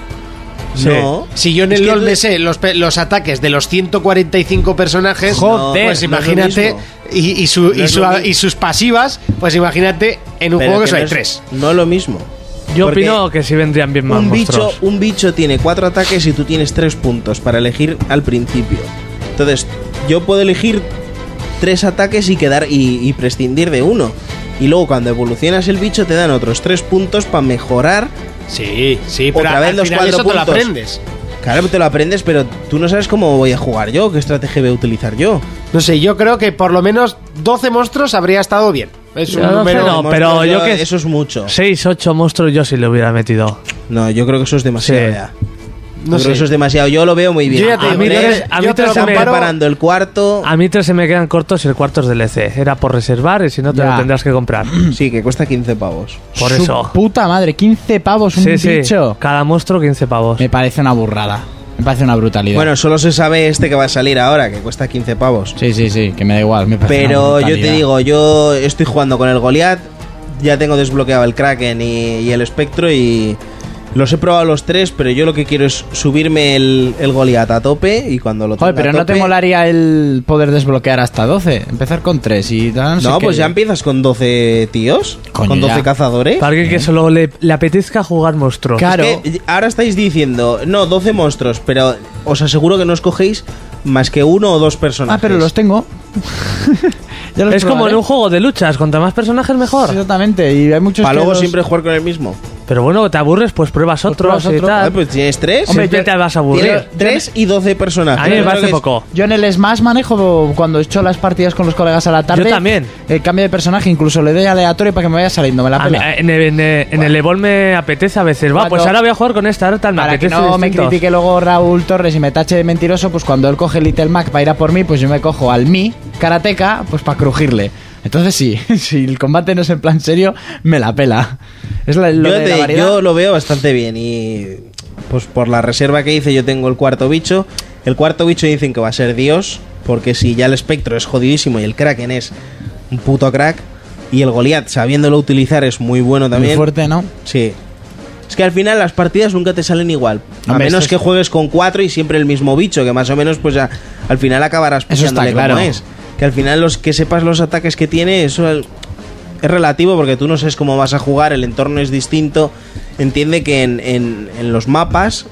Sí. No. Si yo en Es el que LOL es me lo- sé los, pe- los ataques de los 145 personajes, Joder, pues no es lo imagínate, mismo. y, y su- No y es su- lo mismo. y sus pasivas, pues imagínate en un Pero juego que que solo no hay es- tres. No es lo mismo. Yo Porque opino que sí vendrían bien más un bicho, monstruos. un bicho tiene cuatro ataques y tú tienes tres puntos para elegir al principio. Entonces, yo puedo elegir tres ataques y quedar y, y prescindir de uno. Y luego cuando evolucionas el bicho te dan otros tres puntos para mejorar. Sí, sí, otra pero vez al los final eso cuatro te lo puntos. aprendes. Claro, te lo aprendes, pero tú no sabes cómo voy a jugar yo, qué estrategia voy a utilizar yo. No sé, yo creo que por lo menos 12 monstruos habría estado bien. Es un No, no sé, número. no, pero yo que eso es mucho. 6, 8 monstruos yo sí le hubiera metido. No, yo creo que eso es demasiado Sí. ya. No No sé. eso es demasiado. Yo lo veo muy bien. Yo ya te A digo, mí tres- tres- a mí yo te tres lo se me- están preparando el cuarto. A mí tres se me quedan cortos y el cuarto es DLC. Era por reservar y si no te lo Ya. tendrás que comprar. Sí, que cuesta 15 pavos. Por Su eso. Puta madre, 15 pavos un Sí, sí. bicho. Cada monstruo 15 pavos. Me parece una burrada. Me parece una brutalidad. Bueno, solo se sabe este que va a salir ahora, que cuesta 15 pavos. sí, sí, sí, que me da igual. me parece Pero una yo te brutalidad. digo, yo estoy jugando con el Goliath, ya tengo desbloqueado el Kraken y, y el Espectro y los he probado los tres, pero yo lo que quiero es subirme el, el Goliath a tope y cuando lo Joder, tenga a pero no te tope- molaría el poder desbloquear hasta 12. Empezar con 3 y tal, no, sé No, qué. pues ya empiezas con 12 tíos, Coño, con 12 ya. cazadores. Para alguien que solo le, le apetezca jugar monstruos. ¿Eh? Claro. Es que ahora estáis diciendo, no, 12 monstruos, pero os aseguro que no escogéis más que uno o dos personajes. Ah, pero los tengo. Ya los Es como en probaré. un juego de luchas, cuanta más personajes mejor. Exactamente, y hay muchos Para que luego los- siempre jugar con el mismo. Pero bueno, te aburres, pues pruebas otros pruebas y otro. Ah, tal. pues tienes tres. Hombre, ya te vas a aburrir. Tiene 3 y 12 personajes. A mí me Yo creo parece que es- poco. Yo en el Smash manejo cuando echo las partidas con los colegas a la tarde. Yo también. El cambio de personaje, incluso le doy aleatorio para que me vaya saliendo, me la A mí- pela. en, el, en el- en el Evol me apetece a veces. Va, Cuando- pues ahora voy a jugar con esta, ahora tal, me Para que apetece. no me distintos. critique luego Raúl Torres y me tache de mentiroso, pues cuando él coge Little Mac para ir a por mí, pues yo me cojo al Mi, Karateka, pues para crujirle. Entonces sí, si el combate no es en plan serio, me la pela. Es la, lo Yo, de te- la variedad. yo lo veo bastante bien y pues por la reserva que hice yo tengo el cuarto bicho. El cuarto bicho dicen que va a ser Dios, porque si ya el espectro es jodidísimo y el Kraken es un puto crack y el Goliath sabiéndolo utilizar es muy bueno Muy también. fuerte, ¿no? Sí. Es que al final las partidas nunca te salen igual. A Hombre, menos eso que juegues con cuatro y siempre el mismo bicho, que más o menos pues ya al final acabarás Eso está pillándole claro. cómo es. Que al final los que sepas los ataques que tiene, eso al- es relativo porque tú no sabes cómo vas a jugar, el entorno es distinto. Entiende que en, en- en los mapas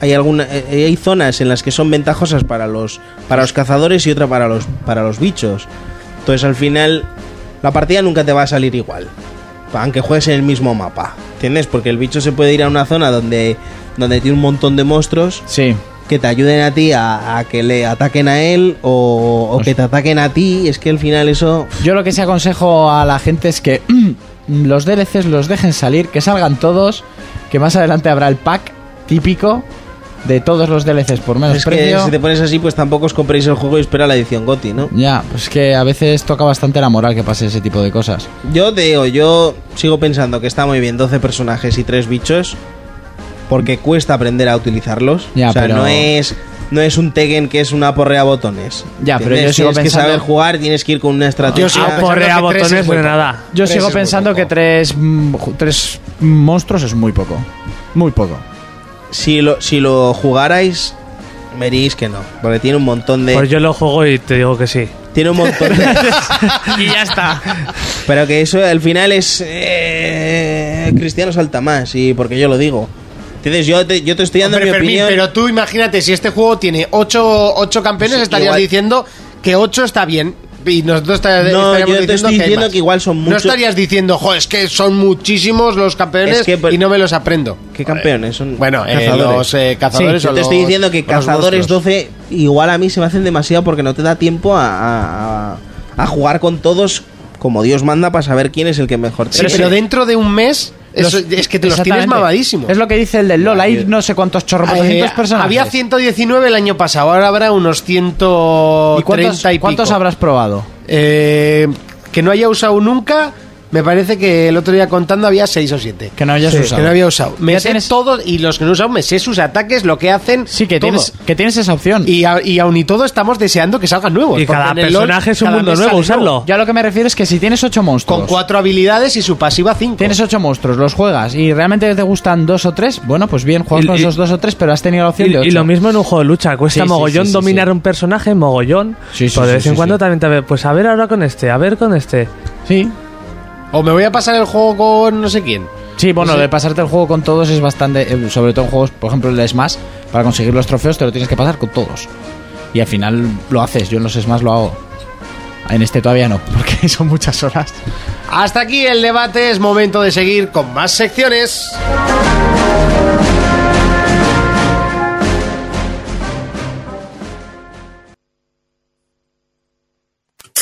hay alguna eh, hay zonas en las que son ventajosas para los para los cazadores y otra para los para los bichos. Entonces al final la partida nunca te va a salir igual. Aunque juegues en el mismo mapa. ¿Entiendes? Porque el bicho se puede ir a una zona donde, donde tiene un montón de monstruos Sí. que te ayuden a ti a, a que le ataquen a él o, o que te ataquen a ti. Es que al final eso... Yo lo que se aconsejo a la gente es que los DLCs los dejen salir, que salgan todos, que más adelante habrá el pack típico de todos los DLCs por menos Es que precio. si te pones así, pues tampoco os compréis el juego y espera la edición GOTI, ¿no? Ya, pues que a veces toca bastante la moral que pase ese tipo de cosas. Yo te digo, yo sigo pensando que está muy bien 12 personajes y 3 bichos. Porque cuesta aprender a utilizarlos. Ya, o sea, pero- no es. No es un Tekken que es una porrea botones. Ya, pero ¿Entiendes? yo sigo tienes pensando- que saber jugar, tienes que ir con una estrategia. Yo sigo Ah, pensando porrea que tres es botones muy de poco. nada. Yo Tres sigo es muy pensando poco. que tres, mm, ju- tres monstruos es muy poco. Muy poco. Si lo, si lo jugarais, veréis que no. Porque tiene un montón de. Pues yo lo juego y te digo que sí. Tiene un montón de. y ya está. pero que eso al final es. eh, Cristiano salta más, y porque yo lo digo. Entonces yo te, yo te estoy dando Hombre, mi Fermín, opinión. pero tú imagínate, si este juego tiene 8, campeones, Sí, estarías igual- diciendo que 8 está bien. Y nosotros está- estaríamos No, yo te estoy hay diciendo más. que igual son No muchos- estarías diciendo, jo, es que son muchísimos los campeones Es que, pero- y no me los aprendo. ¿Qué campeones? Son Bueno, eh, cazadores. los eh, cazadores Sí, o yo te estoy los- diciendo que los cazadores monstruos. 12 igual a mí se me hacen demasiado porque no te da tiempo a, a- a- a jugar con todos como Dios manda para saber quién es el que mejor te Sí, pero dentro de un mes Eso- es que te los tienes Exactamente. mamadísimos. Es lo que dice el del LOL. Hay no sé cuántos Eh, chorropotoscientos personas. había 119 el año pasado, ahora habrá unos 130 ¿Y cuántos, y pico. cuántos habrás probado? Eh, que no haya usado nunca, me parece que el otro día contando había 6 o 7. Que no hayas Sí, usado. que no había usado. Me Ya sé tienes- todos y los que no he usado me sé sus ataques, lo que hacen. Sí, que todo. tienes, que tienes esa opción. Y, a- y aún y todo estamos deseando que salgan nuevos. Y porque cada en el LoL personaje es un cada mundo mes nuevo, sale usarlo. Yo a lo que me refiero es que si tienes ocho monstruos. Con cuatro habilidades y su pasiva 5. Tienes ocho monstruos, los juegas y realmente te gustan dos o tres. Bueno, pues bien, juegas Y- con y- esos dos o tres, pero has tenido la opción de Y, ocho. y lo mismo en un juego de lucha, cuesta Sí, sí, mogollón sí, sí, dominar sí. un personaje, mogollón. Sí, sí, pero de sí, vez sí, en cuando sí. también te ve, pues a ver ahora con este, a ver con este. Sí. O me voy a pasar el juego con no sé quién. Sí, bueno, Sí. de pasarte el juego con todos es bastante. eh, Sobre todo en juegos, por ejemplo, el de Smash, para conseguir los trofeos te lo tienes que pasar con todos. Y al final lo haces, yo en los Smash lo hago. En este todavía no, porque son muchas horas. Hasta aquí el debate, es momento de seguir con más secciones.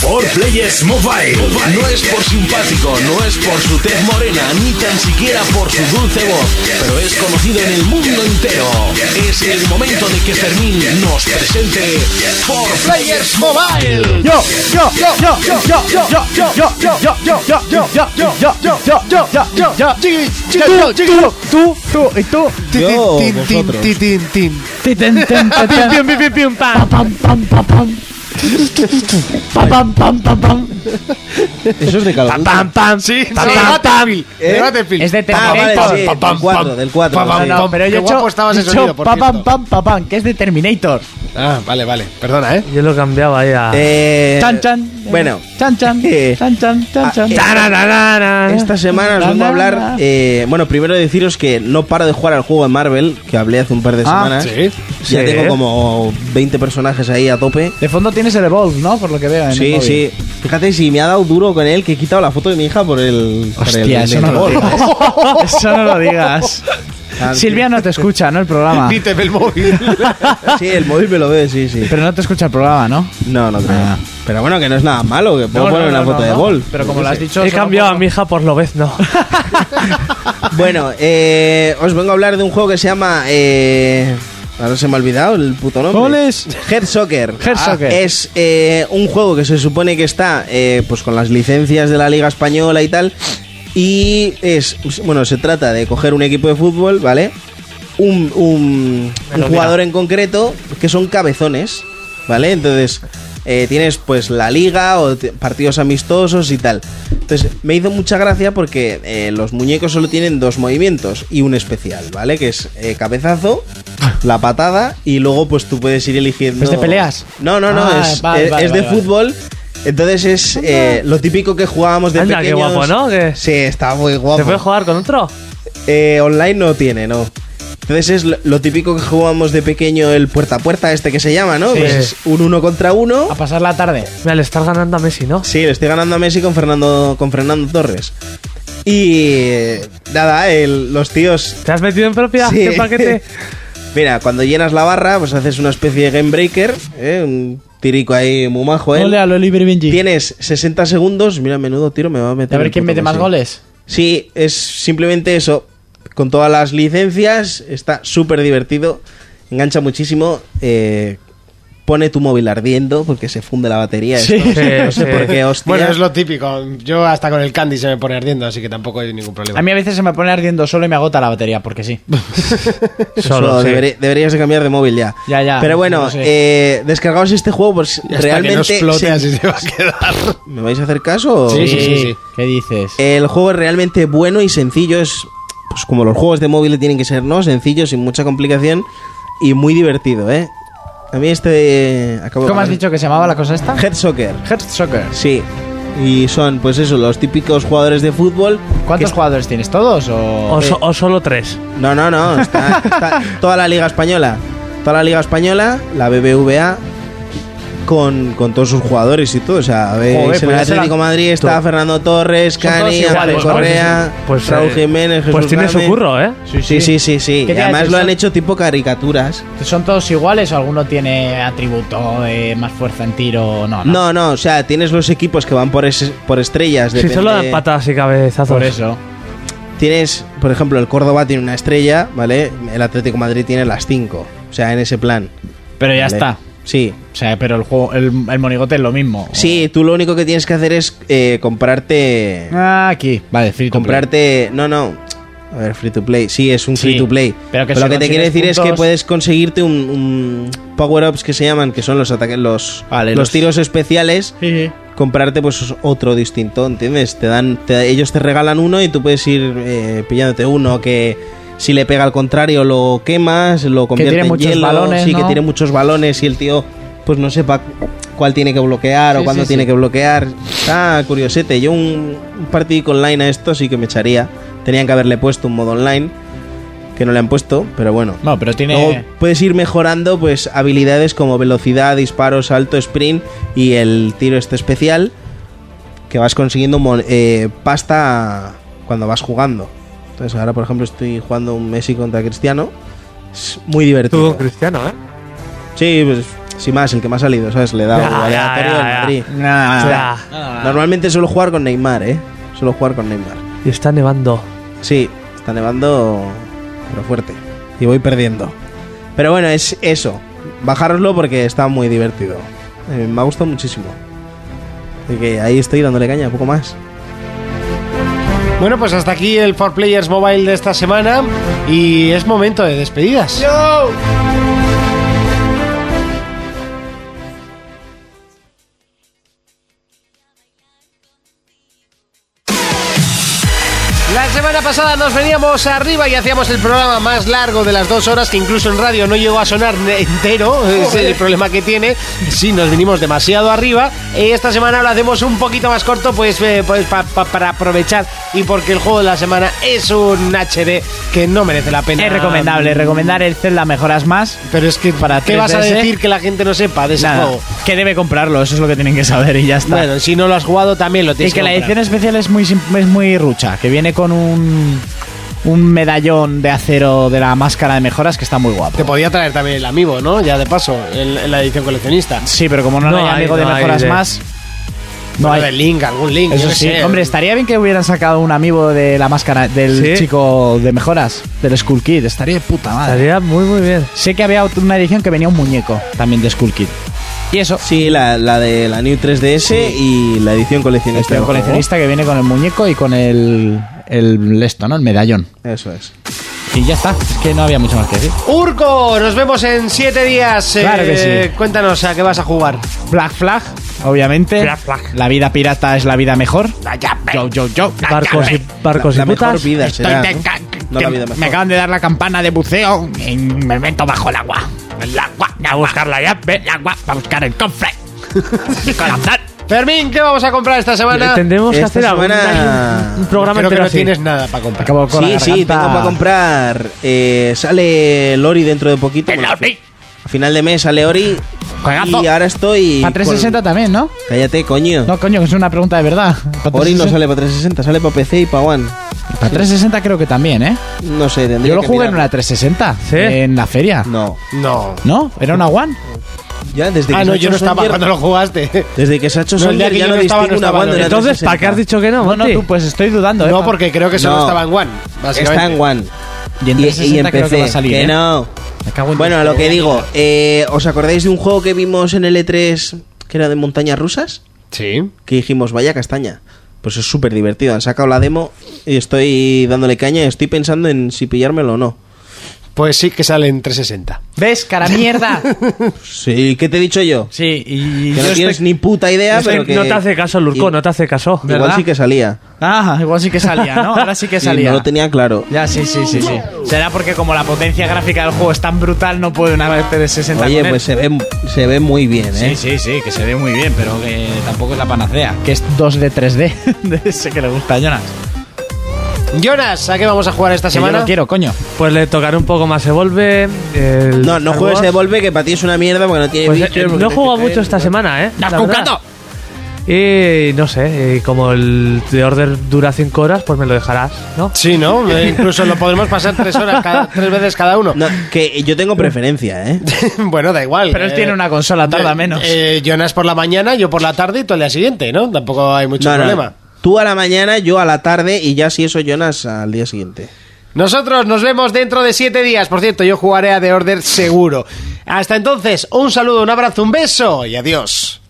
For Players Mobile. No es por simpático, no es por su tez morena, ni tan siquiera por su dulce voz, pero es conocido en el mundo entero. Es el momento de que Fermín nos presente For Players Mobile. Yo, yo, yo, yo, yo, yo, yo, yo, yo, yo, yo, yo, yo, yo, yo, yo, yo, yo, yo, yo, yo, yo, yo, yo. Tú, tú, tú, tú, y tú. Yo, Tin, tin, vosotros. tin, tin, tin. Ti, tin, tin, ta, ta. Pa, pam, pam, pa, pam. Pa, pam, pam, pa, pam. Eso es de Call of Duty. Sí, pam, sí, pam, de Battlefield, ¿Eh? de Battlefield. Es de Ah, vale, Terminator. sí, Pa, del 4, del 4. pa, pam, sí. No, no, pero Qué yo he guapo hecho- estaba ese he hecho sonido, por pa, cierto. pam, pam, pa, pam, que es de Terminator. Ah, vale, vale. Perdona, ¿eh? Yo lo cambiaba ahí a. Eh, Chan, chan. Bueno, Chan, chan. eh, Chan, chan, chan, ah, chan. eh, Tarararara. Esta semana os vengo a hablar. eh, bueno, primero deciros que no paro de jugar al juego de Marvel, que hablé hace un par de Ah, semanas. Sí. Ya Sí. tengo como 20 personajes ahí a tope. De fondo tienes el Evolve, ¿no? Por lo que veo. en el Sí, móvil. sí. Fíjate si me ha dado duro con él que he quitado la foto de mi hija por el. por el- Hostia, eso no lo el- digas. Eso no lo digas. Ah, Silvia no te escucha, ¿no? El programa. Ni te ve el móvil. Sí, el móvil me lo ve, sí, sí. Pero no te escucha el programa, ¿no? No, no creo. Ah. Pero bueno, que no es nada malo, que puedo No, no, poner no, una no, foto de no. gol. Pero como lo has dicho. He solo cambiado por- a mi hija por lo vez, no. Bueno, eh, os vengo a hablar de un juego que se llama. Eh, ahora se me ha olvidado el puto nombre. ¿Cuál es? Head Soccer. Ah. Head Soccer. Es eh, un juego que se supone que está eh, pues con las licencias de la Liga Española y tal. Y es. Bueno, se trata de coger un equipo de fútbol, ¿vale? Un, un- un jugador en concreto que son cabezones, ¿vale? Entonces. eh, tienes pues la liga o te- partidos amistosos y tal. Entonces me hizo mucha gracia porque eh, los muñecos solo tienen dos movimientos y un especial, ¿vale? Que es eh, cabezazo, la patada y luego pues tú puedes ir eligiendo... ¿Es de peleas? No, no, no, Ah, es, vale, es- vale, es de vale, vale. fútbol. Entonces es eh, lo típico que jugábamos de Anda, qué pequeños. guapo, ¿no? Que- Sí, está muy ¿Se puede guapo. jugar con otro? Eh, online no tiene, no. Entonces es lo- lo típico que jugábamos de pequeño el puerta a puerta este que se llama, ¿no? Sí. Pues es un uno contra uno. A pasar la tarde. Mira, le estás ganando a Messi, ¿no? Sí, le estoy ganando a Messi con Fernando, con Fernando Torres. Y eh, nada, el- los tíos ¿Te has metido en propia? Sí. ¿Qué paquete? Mira, cuando llenas la barra, pues haces una especie de game breaker, ¿eh? un tirico ahí muy majo, ¿eh? Ole a lo libre Benji. Tienes 60 segundos, mira, menudo tiro me va a meter. A ver el quién puto mete más Messi. goles. Sí, es simplemente eso. Con todas las licencias, está súper divertido, engancha muchísimo. eh, pone tu móvil ardiendo porque se funde la batería. Sí. esto. No Sí, sé por Eh, sí. qué, hostia. Bueno, es lo típico. Yo hasta con el candy se me pone ardiendo, así que tampoco hay ningún problema. A mí a veces se me pone ardiendo solo y me agota la batería, porque sí. Solo Solo, sí. deberí- deberías de cambiar de móvil ya. Ya, ya, Pero bueno, lo sé. eh, descargaos este juego, pues Y hasta que realmente. no explote, se- así se va a quedar. ¿Me vais a hacer caso? o- Sí, sí, sí, sí. ¿Qué dices? El juego es realmente bueno y sencillo. Es pues como los juegos de móvil tienen que ser, ¿no? Sencillo, sin mucha complicación y muy divertido, ¿eh? A mí este. Acabo ¿Cómo has dicho que se llamaba la cosa esta? Head Soccer. Head Soccer. Sí. Y son, pues eso, los típicos jugadores de fútbol. ¿Cuántos que- jugadores tienes? ¿Todos? O... O, so- o solo tres. No, no, no. Está, está toda la Liga Española. Toda la Liga Española, la BBVA. con, con todos sus jugadores y todo. O sea, a ver, Joder, en el pues ya se la- Atlético Madrid está todo. Fernando Torres, Son todos Cani, iguales, Ángel ¿no? Correa, Pues, eh, Raúl Jiménez, Jesús pues tiene su Gámez. curro, ¿eh? Sí, sí, sí. sí, ¿Qué te además haces? lo han Son- hecho tipo caricaturas. ¿Son todos iguales o alguno tiene atributo de más fuerza en tiro? No, no. No, no, o sea, tienes los equipos que van por, es- por estrellas. Si solo dan patadas y cabezazos. Por eso. Tienes, por ejemplo, el Córdoba tiene una estrella, ¿vale? El Atlético de Madrid tiene las cinco. O sea, en ese plan. Pero ya Vale. está. Sí. O sea, pero el juego, el, el monigote es lo mismo. Sí, tú lo único que tienes que hacer es eh, comprarte. Oh. Ah, aquí. Vale, free to play. Comprarte. No, no. A ver, free to play. Sí, es un Sí, free to play. pero que lo si que te quiero consigues decir es que puntos- puedes conseguirte un, un power-ups que se llaman, que son los ataques, los, Vale, los, los- tiros especiales. Sí, sí. Comprarte pues otro distinto, ¿entiendes? Te dan, te- ellos te regalan uno y tú puedes ir eh, pillándote uno que si le pega al contrario lo quemas, lo convierte tiene en muchos hielo, balones, sí que ¿no? tiene muchos balones y el tío pues no sepa cuál tiene que bloquear o Sí, cuándo sí, tiene sí. que bloquear. Está curiosete. Yo un, un partido online a esto sí que me echaría. Tenían que haberle puesto un modo online que no le han puesto, pero bueno. No, pero tiene. Luego puedes ir mejorando pues habilidades como velocidad, disparo, salto, sprint y el tiro este especial que vas consiguiendo mon- eh, pasta cuando vas jugando. Entonces ahora por ejemplo estoy jugando un Messi contra Cristiano. Es muy Tú divertido. con Cristiano, ¿eh? Sí, pues sin más, el que más ha salido, ¿sabes? Le da Ya, un ya, aleatorio ya, al ya. Madrid. Nah. O Ya. sea, Normalmente suelo jugar con Neymar, ¿eh? Suelo jugar con Neymar. Y está nevando. Sí, está nevando, pero fuerte. Y voy perdiendo. Pero bueno, es eso. Bajároslo porque está muy divertido. Eh, me ha gustado muchísimo. Así que ahí estoy dándole caña, poco más. Bueno, pues hasta aquí el 4Players Mobile de esta semana y es momento de despedidas. La semana pasada nos veníamos arriba y hacíamos el programa más largo de las dos horas, que incluso en radio no llegó a sonar ne- entero, es el problema que tiene. Sí, nos vinimos demasiado arriba. Eh, Esta semana lo hacemos un poquito más corto, pues, eh, pues pa- pa- para aprovechar y porque el juego de la semana es un HD que no merece la pena. Es recomendable. mm. Recomendar el Zelda Mejoras Más. Pero es que, para ¿qué vas a 3DS? decir que la gente no sepa de ese Nada. juego? Que debe comprarlo. Eso es lo que tienen que saber y ya está. Bueno, si no lo has jugado también lo Y tienes que la comprar. edición especial es muy, sim- es muy rucha, que viene con un, un medallón de acero de la máscara de mejoras que está muy guapo. Te podía traer también el amigo, ¿no? Ya de paso, en, en la edición coleccionista. Sí, pero como no, No hay hay, amigo de no hay mejoras de- más, no No hay. hay link, algún link. yo Eso qué sí, sé. hombre, estaría bien que hubieran sacado un amigo de la máscara del Sí. chico de mejoras, del Skull Kid. Estaría de puta madre. Estaría muy, muy bien. Sé que había ot- una edición que venía un muñeco también de Skull Kid. Y eso, Sí, la, la de la New 3DS y la edición coleccionista. este del juego. coleccionista que viene con el muñeco y con el, el esto, ¿no? El medallón. Eso es. Y ya está, es que no había mucho más que decir. Urco, nos vemos en siete días. eh, Claro que sí. Cuéntanos a qué vas a jugar. Black Flag, obviamente. Black Flag. La vida pirata es la vida mejor. Yo, yo, yo. Barcos y, barcos Ah, la y mejor putas. vida Estoy será, de- ¿no? ca- No la vida que- mejor. Me acaban de dar la campana de buceo y me meto bajo el agua. El agua, a buscar la llave, el agua, a buscar el cofre. El corazón. Fermín, ¿qué vamos a comprar esta semana? Tendremos que Esta hacer algún semana- un programa Creo que entero no así. tienes nada para comprar. Acabo con Sí, la sí, garganta. tengo para comprar. Eh, sale Lori dentro de poquito. Bueno, a fi- a final de mes sale Ori. Juegazo. Y ahora estoy. Para 360 también, ¿no? con- Cállate, coño. No, coño, que es una pregunta de verdad. Para Ori no 360 sale para 360, sale para PC y para One. Para 360 creo que también, ¿eh? No sé, tendría Yo lo que jugué en mirarlo. una 360. ¿Sí? En la feria. No. No. ¿No? ¿Era una One? Ya desde que Ah, no, se ha yo no hecho estaba Soldier- cuando lo jugaste. Desde que se ha hecho No, el día Soldier que ya yo no no estaba, distingue no una estaba, One de no. una Entonces, ¿para qué has 360. dicho que no, No, no, Monty? tú, pues estoy dudando, ¿eh? No, porque creo que solo No. estaba en One. Está Básicamente. en One. Y en Y- 360 y en creo que PC. va a salir, ¿eh? no. Me cago en Bueno, Dios. lo que digo, eh, ¿os acordáis de un juego que vimos en L3 que era de montañas rusas? Sí. Que dijimos, vaya castaña. Pues es súper divertido. Han sacado la demo y estoy dándole caña y estoy pensando en si pillármelo o no. Pues sí que sale en 360. ¿Ves, cara mierda? Sí, ¿qué te he dicho yo? sí, y. Que yo no estoy- tienes ni puta idea, Estoy- pero que... No te hace caso, Lurco, y- no te hace caso. Igual sí que salía. Ah, igual sí que salía, ¿no? Ahora sí que Sí, salía. no lo tenía claro. Ya, sí, sí, sí, sí. Será porque como la potencia gráfica del juego es tan brutal, no puede una de 60 Oye, pues se ve, se ve muy bien, ¿eh? Sí, sí, sí, que se ve muy bien, pero que tampoco es la panacea. Que es 2D, 3D. de ese que le gusta a Jonas. Jonas, ¿a qué vamos a jugar esta Que yo semana? lo quiero, coño. Pues le tocaré un poco más Evolve. No, no juegues Evolve, que para ti es una mierda porque no tiene Pues, eh, bichos, porque no he hay jugado que mucho caer, esta ¿no? semana, ¿eh? ¡Nos La verdad. cucato! Y no sé, y como el The Order dura 5 horas, pues me lo dejarás, ¿no? Sí, ¿no? Eh, Incluso lo podremos pasar tres horas, cada- tres veces cada uno. que yo tengo preferencia, ¿eh? bueno, da igual. Pero él eh, tiene una consola, tarda eh, menos. eh, Jonas por la mañana, yo por la tarde y tú al día siguiente, ¿no? Tampoco hay mucho No, no. problema. Tú a la mañana, yo a la tarde y ya si eso, Jonas, al día siguiente. Nosotros nos vemos dentro de siete días. Por cierto, yo jugaré a The Order seguro. Hasta entonces, un saludo, un abrazo, un beso y adiós.